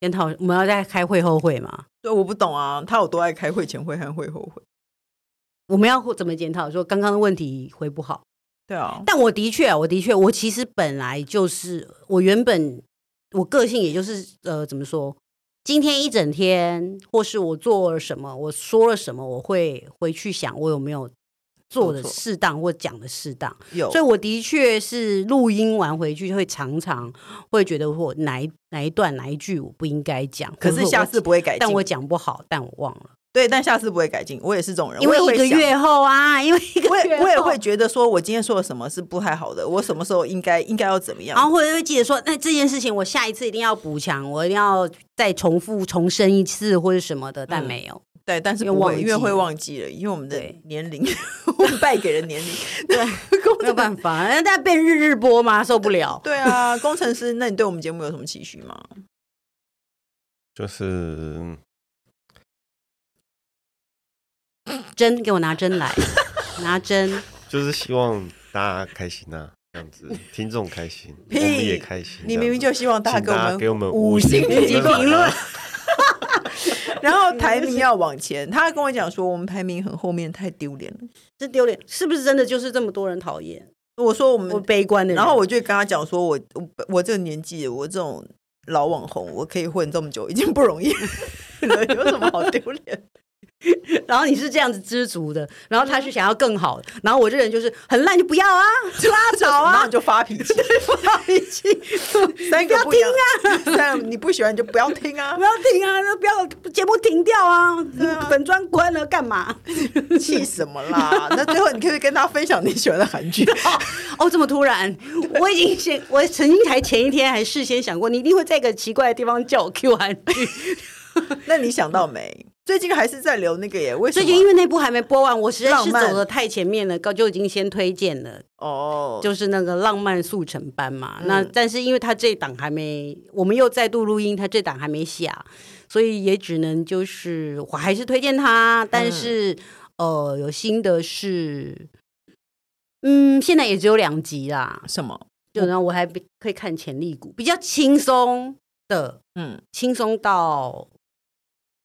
S2: 检讨我们要在开会后会嘛？
S1: 对，我不懂啊，他有多爱开会前会和会后会？
S2: 我们要怎么检讨？说刚刚的问题回不好，
S1: 对啊，
S2: 但我的确啊，我的确，我其实本来就是我原本我个性也就是呃，怎么说？今天一整天，或是我做了什么，我说了什么，我会回去想我有没有做的
S1: 做错
S2: 适当或讲的适当。
S1: 有
S2: 所以我的确是录音完回去会常常会觉得我哪一哪一段哪一句我不应该讲，
S1: 可
S2: 或者
S1: 是
S2: 我
S1: 下次不会改进。
S2: 但我讲不好，但我忘了，
S1: 对，但下次不会改进。我也是这种人，
S2: 因为
S1: 我也
S2: 一
S1: 会
S2: 个
S1: 想
S2: 月后啊，因为一个
S1: 我
S2: 月
S1: 也
S2: 后
S1: 我也会。觉得说，我今天说了什么是不太好的，我什么时候应该应该要怎么样？
S2: 然后或者会记得说，那这件事情我下一次一定要补强，我一定要再重复重申一次或者什么的，但
S1: 嗯
S2: 没 有。
S1: 对，但是
S2: 因为
S1: 不
S2: 忘
S1: 会，因
S2: 记
S1: 为会
S2: 了
S1: 忘记了，因为我们的
S2: 对
S1: 年龄， 我们败给了年龄。对，
S2: 没有办法，那大家变日日播嘛，受不了。
S1: 对啊，工程师，那你对我们节目有什么期许吗？
S3: 就是
S2: 针给我拿针 来，拿针。
S3: 就是希望大家开心啊，这样子，听众开心，我
S1: 屁
S3: 们也开心。
S1: 你明明就希望
S3: 这
S1: 大
S3: 样
S1: 家
S3: 子
S1: 给我们
S3: 请大家给我们
S1: 五星
S3: 评
S1: 级
S3: 论
S1: 评 论。然后排名要往前，他跟我讲说我们排名很后面，太丢脸了。
S2: 这丢脸是不是真的？就是这么多人讨厌
S1: 我说我们
S2: 我悲观的人。
S1: 然后我就跟他讲说我，我我这个年纪，我这种老网红，我可以混这么久已经不容易 了，有什么好丢脸？
S2: 然后你是这样子知足的，然后他是想要更好的，然后我这人就是很烂就不要 啊，拉倒
S1: 然后
S2: 啊
S1: 你，就发脾气，
S2: 发脾气，
S1: 三个
S2: 不要啊
S1: 一样，三你不喜欢你就不要听啊
S2: 不，要停啊，不要节目停掉啊， 本专关了干嘛？
S1: 气什么 啦？那最后你可以跟他分享你喜欢的韩剧，
S2: 哦，这么突然，我已经先，我曾经还前一天还事先想过，你一定会在一个奇怪的地方叫我 Q 韩剧，
S1: 那你想到没？最近还是在留那个耶，为什
S2: 最
S1: 么？
S2: 近因为那部还没播完，我实在是
S1: 浪漫
S2: 走的太前面了，高就已经先推荐了，
S1: 哦，
S2: 就是那个浪漫速成班嘛。那
S1: 嗯
S2: 但是因为他这档还没，我们又再度录音，他这档还没下，所以也只能就是我还是推荐他，
S1: 嗯
S2: 但是、呃，有新的是，嗯，现在也只有两集啦，
S1: 什么？
S2: 就然后我还比可以看潜力股，比较轻松的，
S1: 嗯，
S2: 轻松到。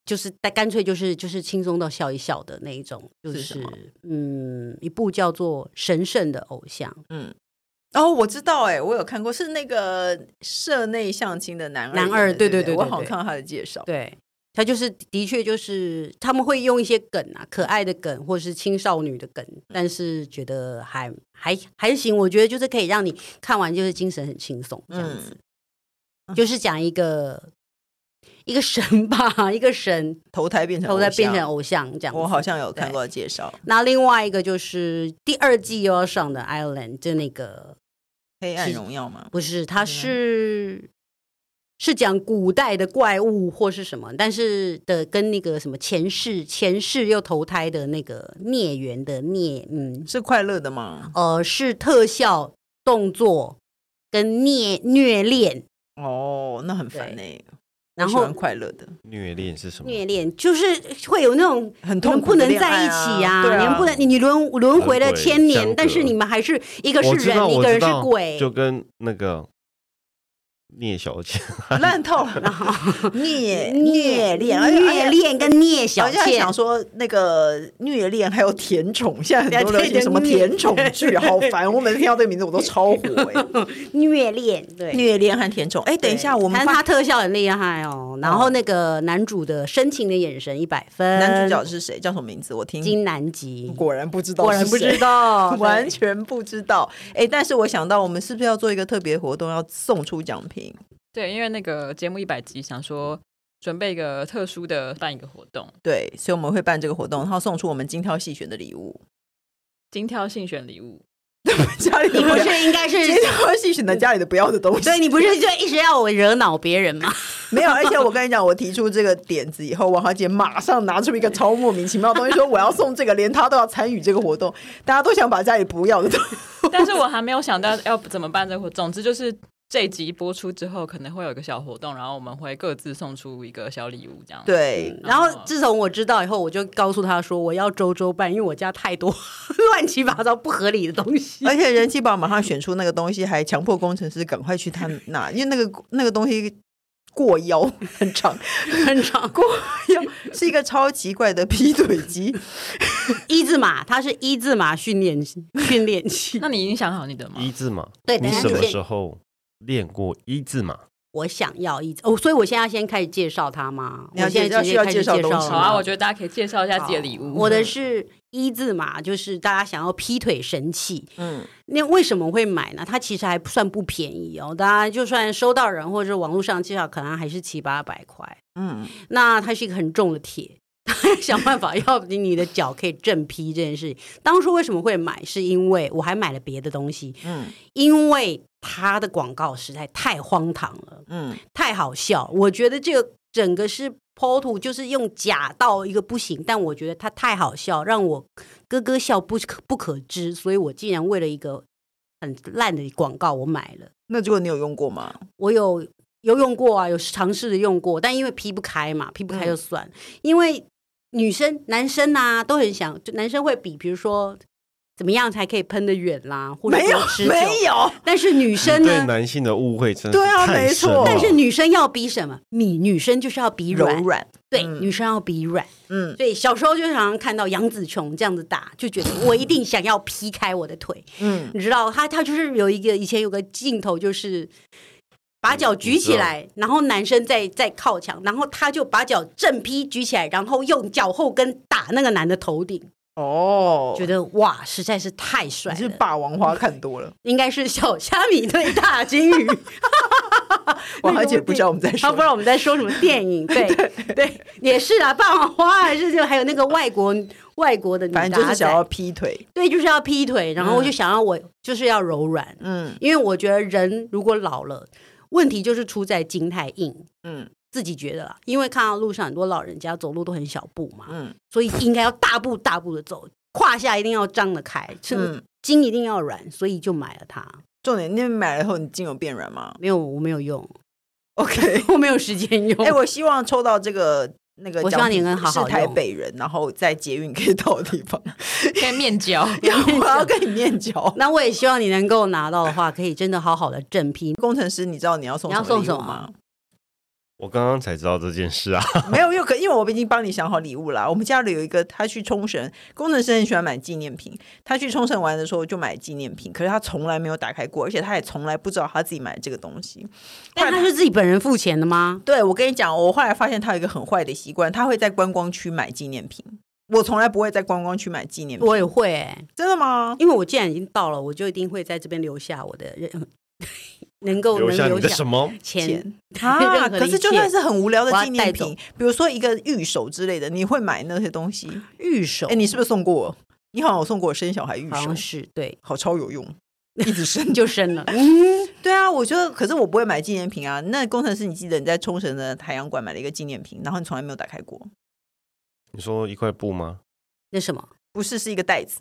S2: 就是但干脆就是就是轻松到笑一笑的那一种，就是是
S1: 什么
S2: 嗯，一部叫做《神圣的偶像》，
S1: 哦，我知道，哎，我有看过，是那个社内相亲的男二
S2: 男
S1: 演
S2: 二
S1: 的
S2: 对
S1: 对
S2: 对
S1: 不我
S2: 对对
S1: 好像
S2: 对
S1: 看到他的介绍，
S2: 对，他就是的确就是他们会用一些梗啊，可爱的梗或是青少女的梗，但是觉得还还还行，我觉得就是可以让你看完就是精神很轻松这样子，就是讲一个。一个神吧， 一个神，
S1: 投胎变成
S2: 后来
S1: 偶像
S2: 变成偶像这样子。
S1: 我好像有看
S2: 对
S1: 过介绍，《
S2: 那另外一个就是第二季又要上的《Island》，就那个
S1: 黑暗
S2: 是
S1: 荣耀》嘛，
S2: 不是，它
S1: 是
S2: 是是讲古代的怪物或是什么，但是的跟那个什么前世前世又投胎的那个孽缘的孽，嗯，
S1: 是快乐的吗？
S2: 呃，是特效动作跟虐虐恋，
S1: 哦，那很烦呢、
S2: 然
S1: 我喜
S2: 后
S1: 欢快乐 的，
S3: 虐恋是什么？
S2: 虐恋就是会有那种
S1: 很
S2: 你
S1: 痛
S2: 们
S1: 苦
S2: 不
S1: 的
S2: 能
S1: 恋
S2: 在
S1: 爱
S2: 一
S1: 啊
S2: 起呀、
S1: 对啊
S2: 你们不能，你你轮轮回了
S3: 轮回
S2: 千
S3: 相
S2: 年
S3: 隔，
S2: 但是你们还是一个是
S3: 我知道
S2: 人，一
S3: 我
S2: 个人
S3: 知
S2: 是
S3: 道
S2: 鬼，
S3: 就跟那个聂小倩，
S1: 烂透了，孽孽
S2: 虐
S1: 嗯恋，而且
S2: 虐。恋跟孽
S1: 而
S2: 小
S1: 且还
S2: 妾
S1: 想，说那个虐恋还有甜宠，现在很多流行什么甜宠剧，好烦！我每次听到这个名字我都超 火哎、
S2: 虐恋对。
S1: 虐恋和甜宠，哎、等一下，
S2: 对
S1: 我们
S2: 但是
S1: 发
S2: 他特效很厉害哦，然后那个男主的深情的眼神一百分，
S1: 男主角是谁？叫什么名字？我听
S2: 呃金南吉，
S1: 果然不知道，
S2: 果然 不知。道， 对
S1: 完全不知道，哎、但是我想到，我们是不是要做一个特别活动，要送出奖品？
S4: 对，因为那个节目一百集，想说准备一个特殊的办一个活动，
S1: 对，所以我们会办这个活动，然后送出我们精挑细选的礼 物。
S4: 精挑细选 礼物。
S1: 家里的
S2: 你不
S1: 要
S2: 是 应该是，
S1: 精挑细选的家里的不要的东西，
S2: 对你不是就一直要我惹恼别人吗？
S1: 没有。而且我跟你讲，我提出这个点子以后，王华姐马上拿出一个超莫名其妙的东西，说我要送这个，连她都要参与这个活动，大家都想把家里不要的东西。
S4: 但是我还没有想到要怎么办这个活。总之就是这一集播出之后，可能会有一个小活动，然后我们会各自送出一个小礼物，这样。，嗯
S1: 对，
S2: 然
S4: 哦
S2: 后自从我知道以后，我就告诉他说我要周周办，因为我家太多 乱七八糟不合理的东 西。
S1: 而且人气宝马上选出那个东西，还强迫工程师赶快去他那，因为那个那个东西过腰 很长，
S2: 很长，
S1: 过腰是一个超奇怪的劈腿机。
S2: 一字马，它是一字马训练训练器。
S4: 那你已经想好你的吗？
S3: 一字马。
S2: 对，等
S3: 你
S2: 一下
S3: 什么
S2: 先
S3: 时候练过一字马？
S2: 我想要一字哦，所以我现在要先开始介绍它吗？
S1: 你要
S2: 我现在直
S1: 介
S2: 接
S1: 绍
S2: 开
S1: 需要
S2: 始
S1: 介绍
S2: 介
S1: 东
S2: 绍
S1: 西
S4: 好
S1: 吗
S4: 啊，
S2: 吗
S4: 我觉得大家可以介绍一下自己的礼物。
S2: 我的 是一字马，就是大家想要劈腿神器。
S1: 嗯，
S2: 那为什么会买呢？它其实还算不便宜哦，当然就算收到人或者是网络上介绍，可能还是七八百块。
S1: 嗯，
S2: 那它是一个很重的铁， 它要想办法要你的脚可以正劈这件事情。当初为什么会买，是因为我还买了别的东西，
S1: 嗯
S2: 因为它的广告实在太荒唐了，
S1: 嗯，
S2: 太好笑。我觉得这个整个是剖图，就是用假到一个不行，但我觉得它太好笑，让我咯咯笑不可不可知，所以我竟然为了一个很烂的广告，我买了。
S1: 那结果你有用过吗？
S2: 我有有用过啊，有尝试着用过，但因为劈不开嘛，劈不
S1: 嗯
S2: 开就算。因为女生、男生呐、都很想，就男生会比，比如说怎么样才可以喷得远啦，或者
S1: 没有
S2: 多持久。
S1: 没有，
S2: 但是女生
S3: 你对
S2: 呢？
S3: 男性的误会真是
S1: 对啊
S3: 太
S1: 没
S3: 深
S1: 错
S3: 了
S2: 但是女生要比什么？米女生就是要比
S1: 柔
S2: 软，
S1: 软，
S2: 对，
S1: 嗯
S2: 女生要比软。
S1: 嗯
S2: 所以小时候就常常看到杨紫琼这样子打，就觉得我一定想要劈开我的腿。
S1: 嗯。
S2: 你知道，他他就是有一个以前有个镜头，就是把脚举起
S1: 嗯
S2: 来，然后男生在在靠墙，然后他就把脚正劈举起来，然后用脚后跟打那个男的头顶，
S1: 哦，
S2: 觉得哇，实在是太帅
S1: 你是
S2: 了，
S1: 霸王花看多了，
S2: 应该是小虾米对大金 鱼。
S1: 王华姐不知道我们在
S2: 他
S1: 说
S2: 不知道我们在说什么 电影，对对，也是啊，霸王花还是就还有那个外国外国的女
S1: 反正就
S2: 打
S1: 是想
S2: 仔
S1: 要，嗯劈腿。
S2: 对，就是要劈腿，然后我就想要我就是要柔软，
S1: 嗯
S2: 因为我觉得人如果老了，问题就是出在筋太硬。
S1: 嗯
S2: 自己觉得啦，因为看到路上很多老人家走路都很小步嘛，
S1: 嗯
S2: 所以应该要大步大步的走，胯下一定要张得开，是
S1: 嗯，
S2: 筋一定要软，所以就买了它。
S1: 重点，你买了以后你筋有变软 吗
S2: 没有，我没有用，
S1: ？OK，
S2: 我没有时间用。
S1: 哎、我希望抽到这个那个
S2: 我
S1: 奖品，
S2: 希望你能好好
S1: 是台
S2: 用
S1: 北人，然后在捷运可以到的地 方，
S4: 可以面交。
S1: 因为我要跟你面交。
S2: 那我也希望你能够拿到的话，可以真的好好的正批。
S1: 工程师，你知道你要送
S2: 你要
S1: 什么礼
S2: 送什
S1: 物
S2: 么
S1: 吗？
S3: 我刚刚才知道这件事啊，
S1: 没有，因为可因为我已经帮你想好礼物啦。我们家里有一个，他去冲绳，工程师很喜欢买纪念品。他去冲绳玩的时候就买纪念品，可是他从来没有打开过，而且他也从来不知道他自己买这个东西。
S2: 但他是自己本人付钱的吗？
S1: 对我跟你讲，我后来发现他有一个很坏的习惯，他会在观光区买纪念品。我从来不会在观光区买纪念品，
S2: 我也会、欸，
S1: 真的吗？
S2: 因为我既然已经到了，我就一定会在这边留下我的人， 能够哦能
S3: 留下你
S2: 留
S3: 的
S2: 下
S3: 什么？
S2: 钱。 任
S1: 啊！
S2: 何的
S1: 可是
S2: 一
S1: 就
S2: 切
S1: 算是很无聊的
S2: 我要
S1: 纪念
S2: 带走
S1: 品，比如说一个玉手之类的，你会买那些东西？
S2: 玉手，
S1: 哎哎，你是不是送过我？你好像有送过我生小孩玉
S2: 好
S1: 手
S2: 像，是对，
S1: 好超有用。一直 升
S2: 就升了。嗯，
S1: 对啊，我觉得，可是我不会买纪念品啊。那工程师，你记得你在冲绳的海洋馆买了一个纪念品，然后你从来没有打开过，
S3: 你说一块布吗？
S2: 那什么，
S1: 不是是一个袋子，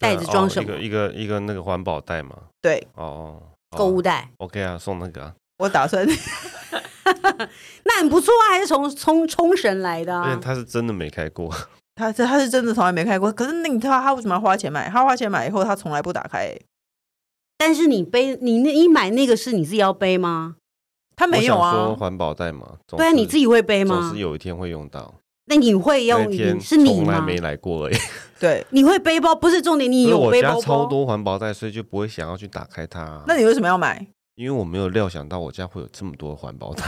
S3: 对啊
S2: 袋子装
S3: 哦
S2: 什么
S3: 一个一个一个那个环保袋嘛。
S1: 对
S3: 哦，好啊
S2: 购物袋，
S3: OK 啊，送那个啊，
S1: 我打算
S2: 那很不错啊，还是从冲冲绳来的、
S3: 因为
S2: 啊。
S3: 他是真的没开过，
S1: 他这他是真的从来没开过，可是那你知道他为什么要花钱买？他花钱买以后，他从来不打开、
S2: 但是你背你那你买那个是你自己要背吗？
S1: 他没有
S3: 我想说
S1: 啊。
S3: 环保袋嘛，总
S2: 对啊，
S3: 是
S2: 你自己会背
S3: 总
S2: 吗
S3: 是？有一天会用到。
S2: 那你会
S3: 那
S2: 用
S3: 天
S2: 你是你
S3: 从来
S2: 吗？
S3: 没来过而已。
S1: 对，
S2: 你会背包不是重点，你
S3: 所以
S2: 有
S3: 我
S2: 背
S3: 家
S2: 包
S3: 超
S2: 包。
S3: 多环保袋，所以就不会想要去打开它啊、
S1: 那你为什么要买？
S3: 因为我没有料想到我家会有这么多环保袋，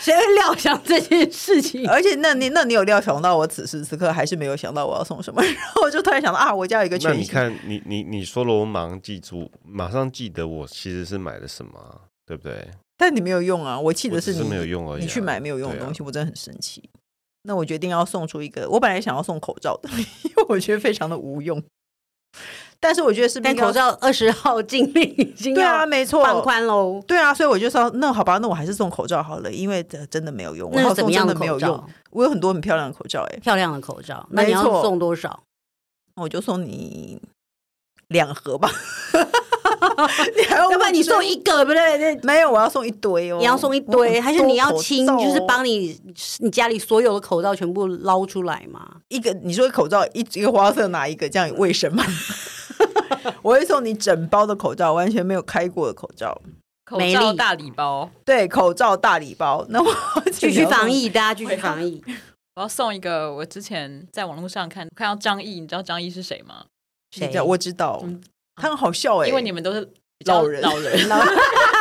S2: 谁会料想这件事情？
S3: 呃
S1: 而且那你那你有料想到我此时此刻还是没有想到我要送什么，然后我就突然想到啊，我家有一 个
S3: 那
S1: 全
S3: 你
S1: 新。
S3: 看，你你你说了，我马上记住，马上记得我其实是买了什么啊，对不对？
S1: 但你没有用啊！我记
S3: 我
S1: 得
S3: 只
S1: 你
S3: 没有用而已啊、
S1: 你去买没有用的
S3: 对啊
S1: 东西，我真的很生气。那我决定要送出一个，我本来想要送口罩的， 因为我觉得非常的无用。但是我觉得是不是
S2: 但
S1: 应该
S2: 口罩二十号禁令已经
S1: 对啊，
S2: 要
S1: 没错，
S2: 放宽喽。
S1: 对啊，所以我就说，那好吧，那我还是送口罩好了，因为这真的没有用，我
S2: 那
S1: 要
S2: 是怎
S1: 送
S2: 么
S1: 真
S2: 样
S1: 的
S2: 的
S1: 没有
S2: 口
S1: 用
S2: 罩。？
S1: 我有很多很漂亮的口罩、欸，
S2: 漂亮的口罩，那你要
S1: 没错
S2: 送多少？
S1: 我就送你两盒吧。 你还要
S2: 要不然
S1: 问
S2: 你送
S1: 说
S2: 一个，不对，对
S1: 没有，我要送一堆哦，
S2: 你要送一
S1: 我很
S2: 堆，还是你要
S1: 多口
S2: 清，
S1: 罩
S2: 就是
S1: 哦
S2: 帮你你家里所有的口罩全部捞出来嘛？
S1: 一个你说口罩一一个花色拿一个，这样有卫生吗？ 我会送你整包的口罩，完全没有开过的口罩。
S4: 口
S2: 美
S4: 罩
S2: 丽
S4: 大礼包，
S1: 对，口罩大礼包。那我
S2: 继续防，疫，大家继续
S4: 会啊
S2: 防疫。
S4: 我要送一个。我之前在网络上看看到张译，你知道张译是谁吗？
S1: 谁
S2: 谁
S1: 叫？我知道
S4: 嗯，
S1: 他很好笑哎、
S4: 因为你们都是比较
S1: 老人
S4: 老人。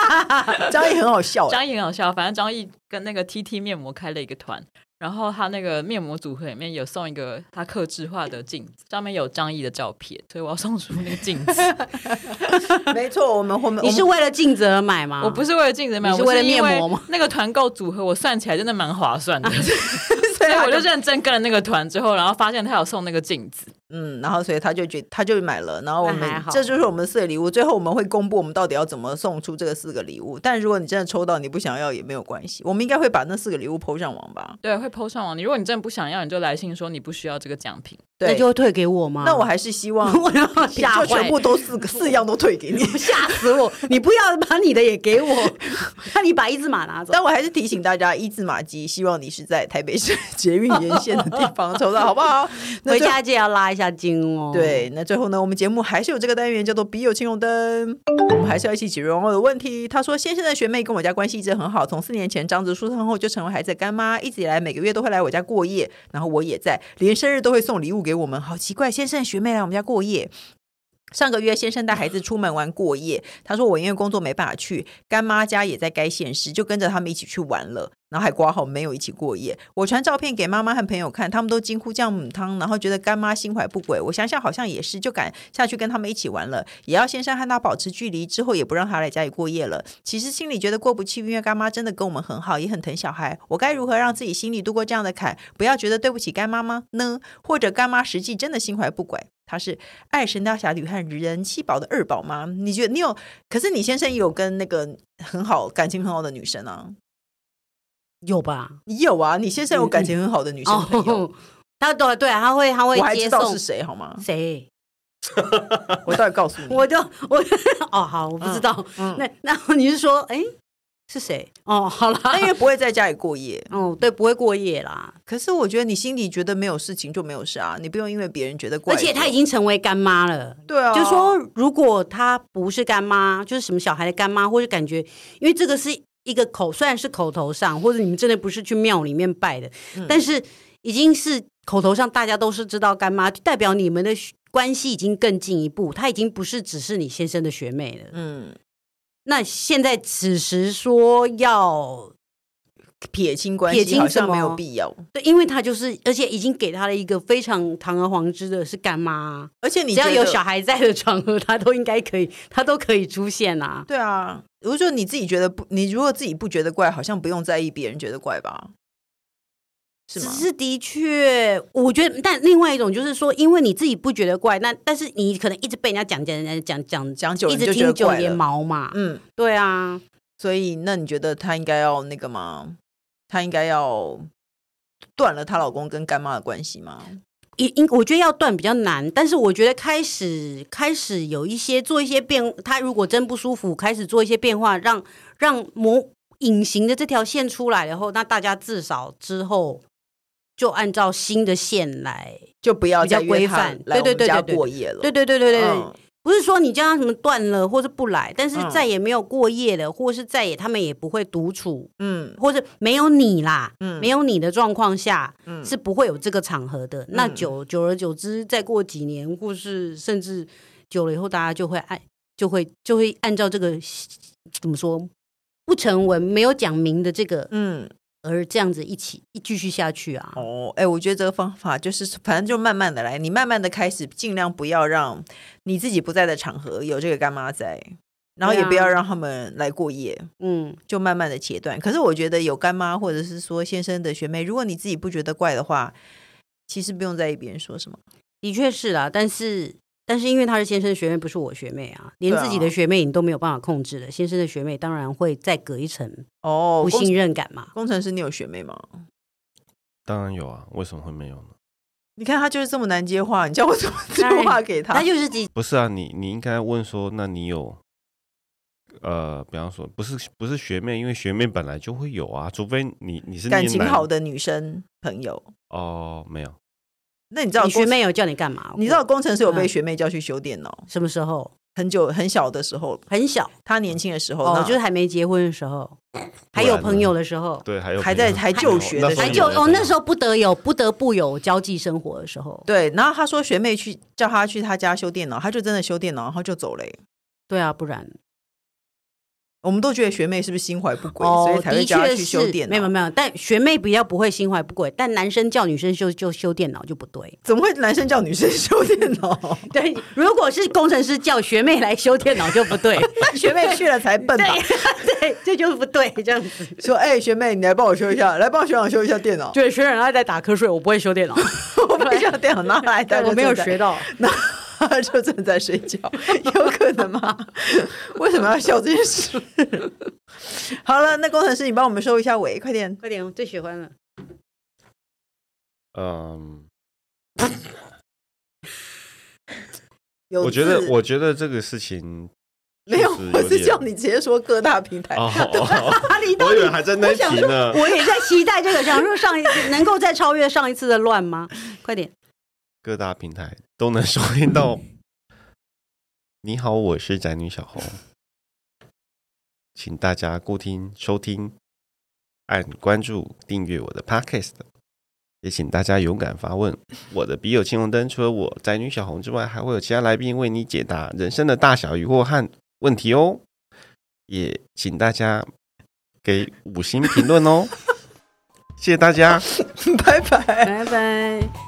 S1: 张也很好笑、欸，
S4: 张译很好笑，反正张译跟那个 TT 面膜开了一个团，然后他那个面膜组合里面有送一个他刻制化的镜子，上面有张译的照片，所以我要送出那个镜子。
S1: 没错，我们后面
S2: 你是为了镜子而买吗？
S4: 我不是为了镜子买，
S2: 啊你是
S4: 我
S2: 为了
S4: 因
S2: 面膜吗？啊
S4: 那个团购组合我算起来真的蛮划算 的，
S1: 所
S4: 所以我就认真跟了那个团之后，然后发现他有送那个镜子，
S1: 嗯，然后所以他就觉他就买了，然后我
S2: 那还
S1: 们
S2: 好
S1: 这就是我们四个礼物，最后我们会公布我们到底要怎么送出这个四个礼物。但如果你真的抽到你不想要也没有关系，我们应该会把那四个礼物抛上网吧？
S4: 对，会 PO 上网。你如果你真的不想要，你就来信说你不需要这个奖品。
S1: 对，
S2: 那就会退给我吗？
S1: 那我还是希望
S2: 我要吓
S1: 就全
S2: 坏
S1: 部，都四个四样都退给你。
S2: 吓死我！你不要把你的也给我， 那你把一只马拿走。
S1: 但我还是提醒大家，一字马基，希望你是在台北市 捷运沿线的地方抽到，好不好？那
S2: 回
S1: 最后
S2: 家记得要拉一下筋哦。
S1: 对，，那最后呢，我们节目还是有这个单元叫做“笔友青红灯”，我们还是要一起解决网友的问题。他说，先生的学妹跟我家关系一直很好，从四年前长子出生后就成为孩子的干妈，一直以来每个月都会来我家过夜，然后我也在，连生日都会送礼物给我们，好奇怪，先生的学妹来我们家过夜。上个月，先生带孩子出门玩过夜，他说我因为工作没办法去，干妈家也在该县市，就跟着他们一起去玩了，然后还挂号没有一起过夜。我传照片给妈妈和朋友看，他们都惊呼这样母汤，然后觉得干妈心怀不轨。我想想好像也是，就赶下去跟他们一起玩了，也要先生和他保持距离，之后也不让他来家里过夜了。其实心里觉得过不去，因为干妈真的跟我们很好，也很疼小孩。我该如何让自己心里度过这样的坎，不要觉得对不起干妈吗？呢？或者干妈实际真的心怀不轨？她是爱《神雕侠侣》和《人妻宝》的二宝吗？你觉得你有？可是你先生也有跟那个很好感情很好的女生啊？
S2: 有吧？
S1: 你有啊？你先生有感情很好的女生朋友，，
S2: 他对对，他会嗯哦他会
S1: 我还
S2: 接
S1: 知道
S2: 送
S1: 是谁好吗？
S2: 谁？
S1: 我到底告诉你？
S2: 我就我哦好，我不知道。
S1: 嗯
S2: 那那你是说，哎，是谁？哦，好啦，
S1: 那因为不会在家里过夜，
S2: 哦，对，不会过夜啦。
S1: 可是我觉得你心里觉得没有事情就没有事啊，你不用因为别人觉得怪
S2: 而
S1: 我。
S2: 且他已经成为干妈了。
S1: 对啊，
S2: 就说如果他不是干妈，就是什么小孩的干妈，或者感觉，因为这个是一个口，虽然是口头上，或者你们真的不是去庙里面拜的，
S1: 嗯
S2: 但是已经是口头上大家都是知道干妈，就代表你们的学关系已经更进一步，他已经不是只是你先生的学妹了。
S1: 嗯，
S2: 那现在此时说要
S1: 撇清关
S2: 撇
S1: 系
S2: 清
S1: 好像
S2: 什么
S1: 没有必要。
S2: 对，因为他就是，而且已经给他了一个非常堂而皇之的是干妈，啊
S1: 而且
S2: 只
S1: 你
S2: 要
S1: 觉
S2: 有
S1: 得
S2: 小孩在的场合，他都应该可以，他都可以出现啊。
S1: 对啊，如果说你自己觉得不，你如果自己不觉得怪，好像不用在意别人觉得怪吧？是
S2: 只
S1: 吗？
S2: 是的确，我觉得，但另外一种就是说，因为你自己不觉得怪，那但是你可能一直被人家讲讲讲讲
S1: 讲久了
S2: 一
S1: 你
S2: 直
S1: 就觉得
S2: 听九
S1: 怪
S2: 爷
S1: 了
S2: 毛嘛，
S1: 嗯，
S2: 对啊，
S1: 所以那你觉得她应该要那个吗？她应该要断了她老公跟干妈的关系吗？
S2: 应应我觉得要断比较难，但是我觉得开始开始有一些做一些变，他如果真不舒服，开始做一些变化，让让模隐形的这条线出来然后，那大家至少之后就按照新的线来，
S1: 就不要
S2: 比较
S1: 再约
S2: 规
S1: 她
S2: 范
S1: 来我
S2: 对
S1: 们
S2: 对对
S1: 家
S2: 对对
S1: 过夜了。
S2: 对对对对对，
S1: 嗯
S2: 不是说你叫他什么断了或是不来，但是
S1: 嗯
S2: 再也没有过夜了，或是再也他们也不会独处，
S1: 嗯
S2: 或是没有你啦，
S1: 嗯
S2: 没有你的状况下，
S1: 嗯
S2: 是不会有这个场合的。那久久而久之，再过几年，或是甚至久了以后，大家就会按就会就会按照这个怎么说不成文、没有讲明的这个，
S1: 嗯
S2: 而这样子一起一继续下去啊。
S1: 哦，哎、我觉得这个方法就是，反正就慢慢的来，你慢慢的开始，尽量不要让你自己不在的场合有这个干妈在，然后
S2: 对
S1: 也
S2: 啊
S1: 不要让他们来过夜。
S2: 嗯，
S1: 就慢慢的切断。可是我觉得有干妈或者是说先生的学妹，如果你自己不觉得怪的话，其实不用在意别人说什么。
S2: 的确是啦、但是。但是因为他是先生的学妹，不是我学妹啊，连
S1: 对啊
S2: 自己的学妹你都没有办法控制的，先生的学妹当然会再隔一层
S1: 哦
S2: 不
S1: 工
S2: 信任感嘛。
S1: 工程师，你有学妹吗？
S3: 当然有啊，为什么会没有呢？
S1: 你看他就是这么难接话，你叫我怎么接话给他？
S2: 他哎就是几
S3: 不是啊，你你应该问说，那你有呃，比方说不是不是学妹，因为学妹本来就会有啊，除非你你是
S1: 感
S3: 念
S1: 情
S3: 男
S1: 好的女生朋友，
S3: 哦，没有，
S1: 那你知道
S2: 你学
S1: 工
S2: 妹有叫你干嘛？
S1: 你知道工程师有被
S2: 嗯
S1: 学妹叫去修电脑，
S2: 什么时候？
S1: 很久很小的时候，
S2: 很小，
S1: 他年轻的时候，
S2: 哦，
S1: 那
S2: 就是还没结婚的时候，还有朋友的时候，
S3: 对，还有
S1: 还
S3: 朋友
S1: 在啊还就学的时候
S2: 还就哦，那时
S3: 候
S2: 候不得有不得不有交际生活的时候，
S1: 对。然后他说学妹去叫他去他家修电脑，他就真的修电脑，然后就走了耶。
S2: 对啊，不然
S1: 我们都觉得学妹是不是心怀不轨，
S2: 哦
S1: 所以，才会
S2: 的
S1: 叫他
S2: 确
S1: 去修
S2: 是
S1: 电脑？
S2: 没有没有，但学妹比较不会心怀不轨，但男生叫女生修就修电脑就不对。
S1: 怎么会男生叫女生修电脑？
S2: 对，如果是工程师叫学妹来修电脑就不对，
S1: 学妹去了才笨吧？
S2: 对 对，这就是不对，这样子。
S1: 说哎、学妹，你来帮我修一下，来帮我学长修一下电 脑。
S2: 对，学长他在打瞌睡，我不会修 电脑，
S1: 我把这电脑拿来，
S2: 哎对
S1: 他就
S2: 我没有
S1: 正在
S2: 学，到。
S1: 那他就正在睡觉，有可能吗？ 为什么要笑这件事？ 好了，那工程师，你帮我们收一下尾，快点。
S2: 快点，我最喜欢了。
S3: 嗯，
S1: 有
S3: 我觉得
S1: 字
S3: 我觉得这个事情
S1: 没有，
S3: 确实
S1: 我
S3: 有
S1: 是
S3: 点
S1: 叫你直接说各大平台。
S3: 哦，哦
S2: 阿里
S3: 我以为还在那一题 呢。
S2: 我也在期待这个，想说上一能够再超越上一次的乱吗？快点，
S3: 各大平台都能收听到。你好，我是宅女小红，请大家固听收听，按关注订阅我的 Podcast，也请大家勇敢发问。我的笔友青红灯除了我宅女小红之外，还会有其他来宾为你解答人生的大小疑惑和问题哦。也请大家给五星评论哦，谢谢大家。
S1: 拜拜。
S2: 拜拜。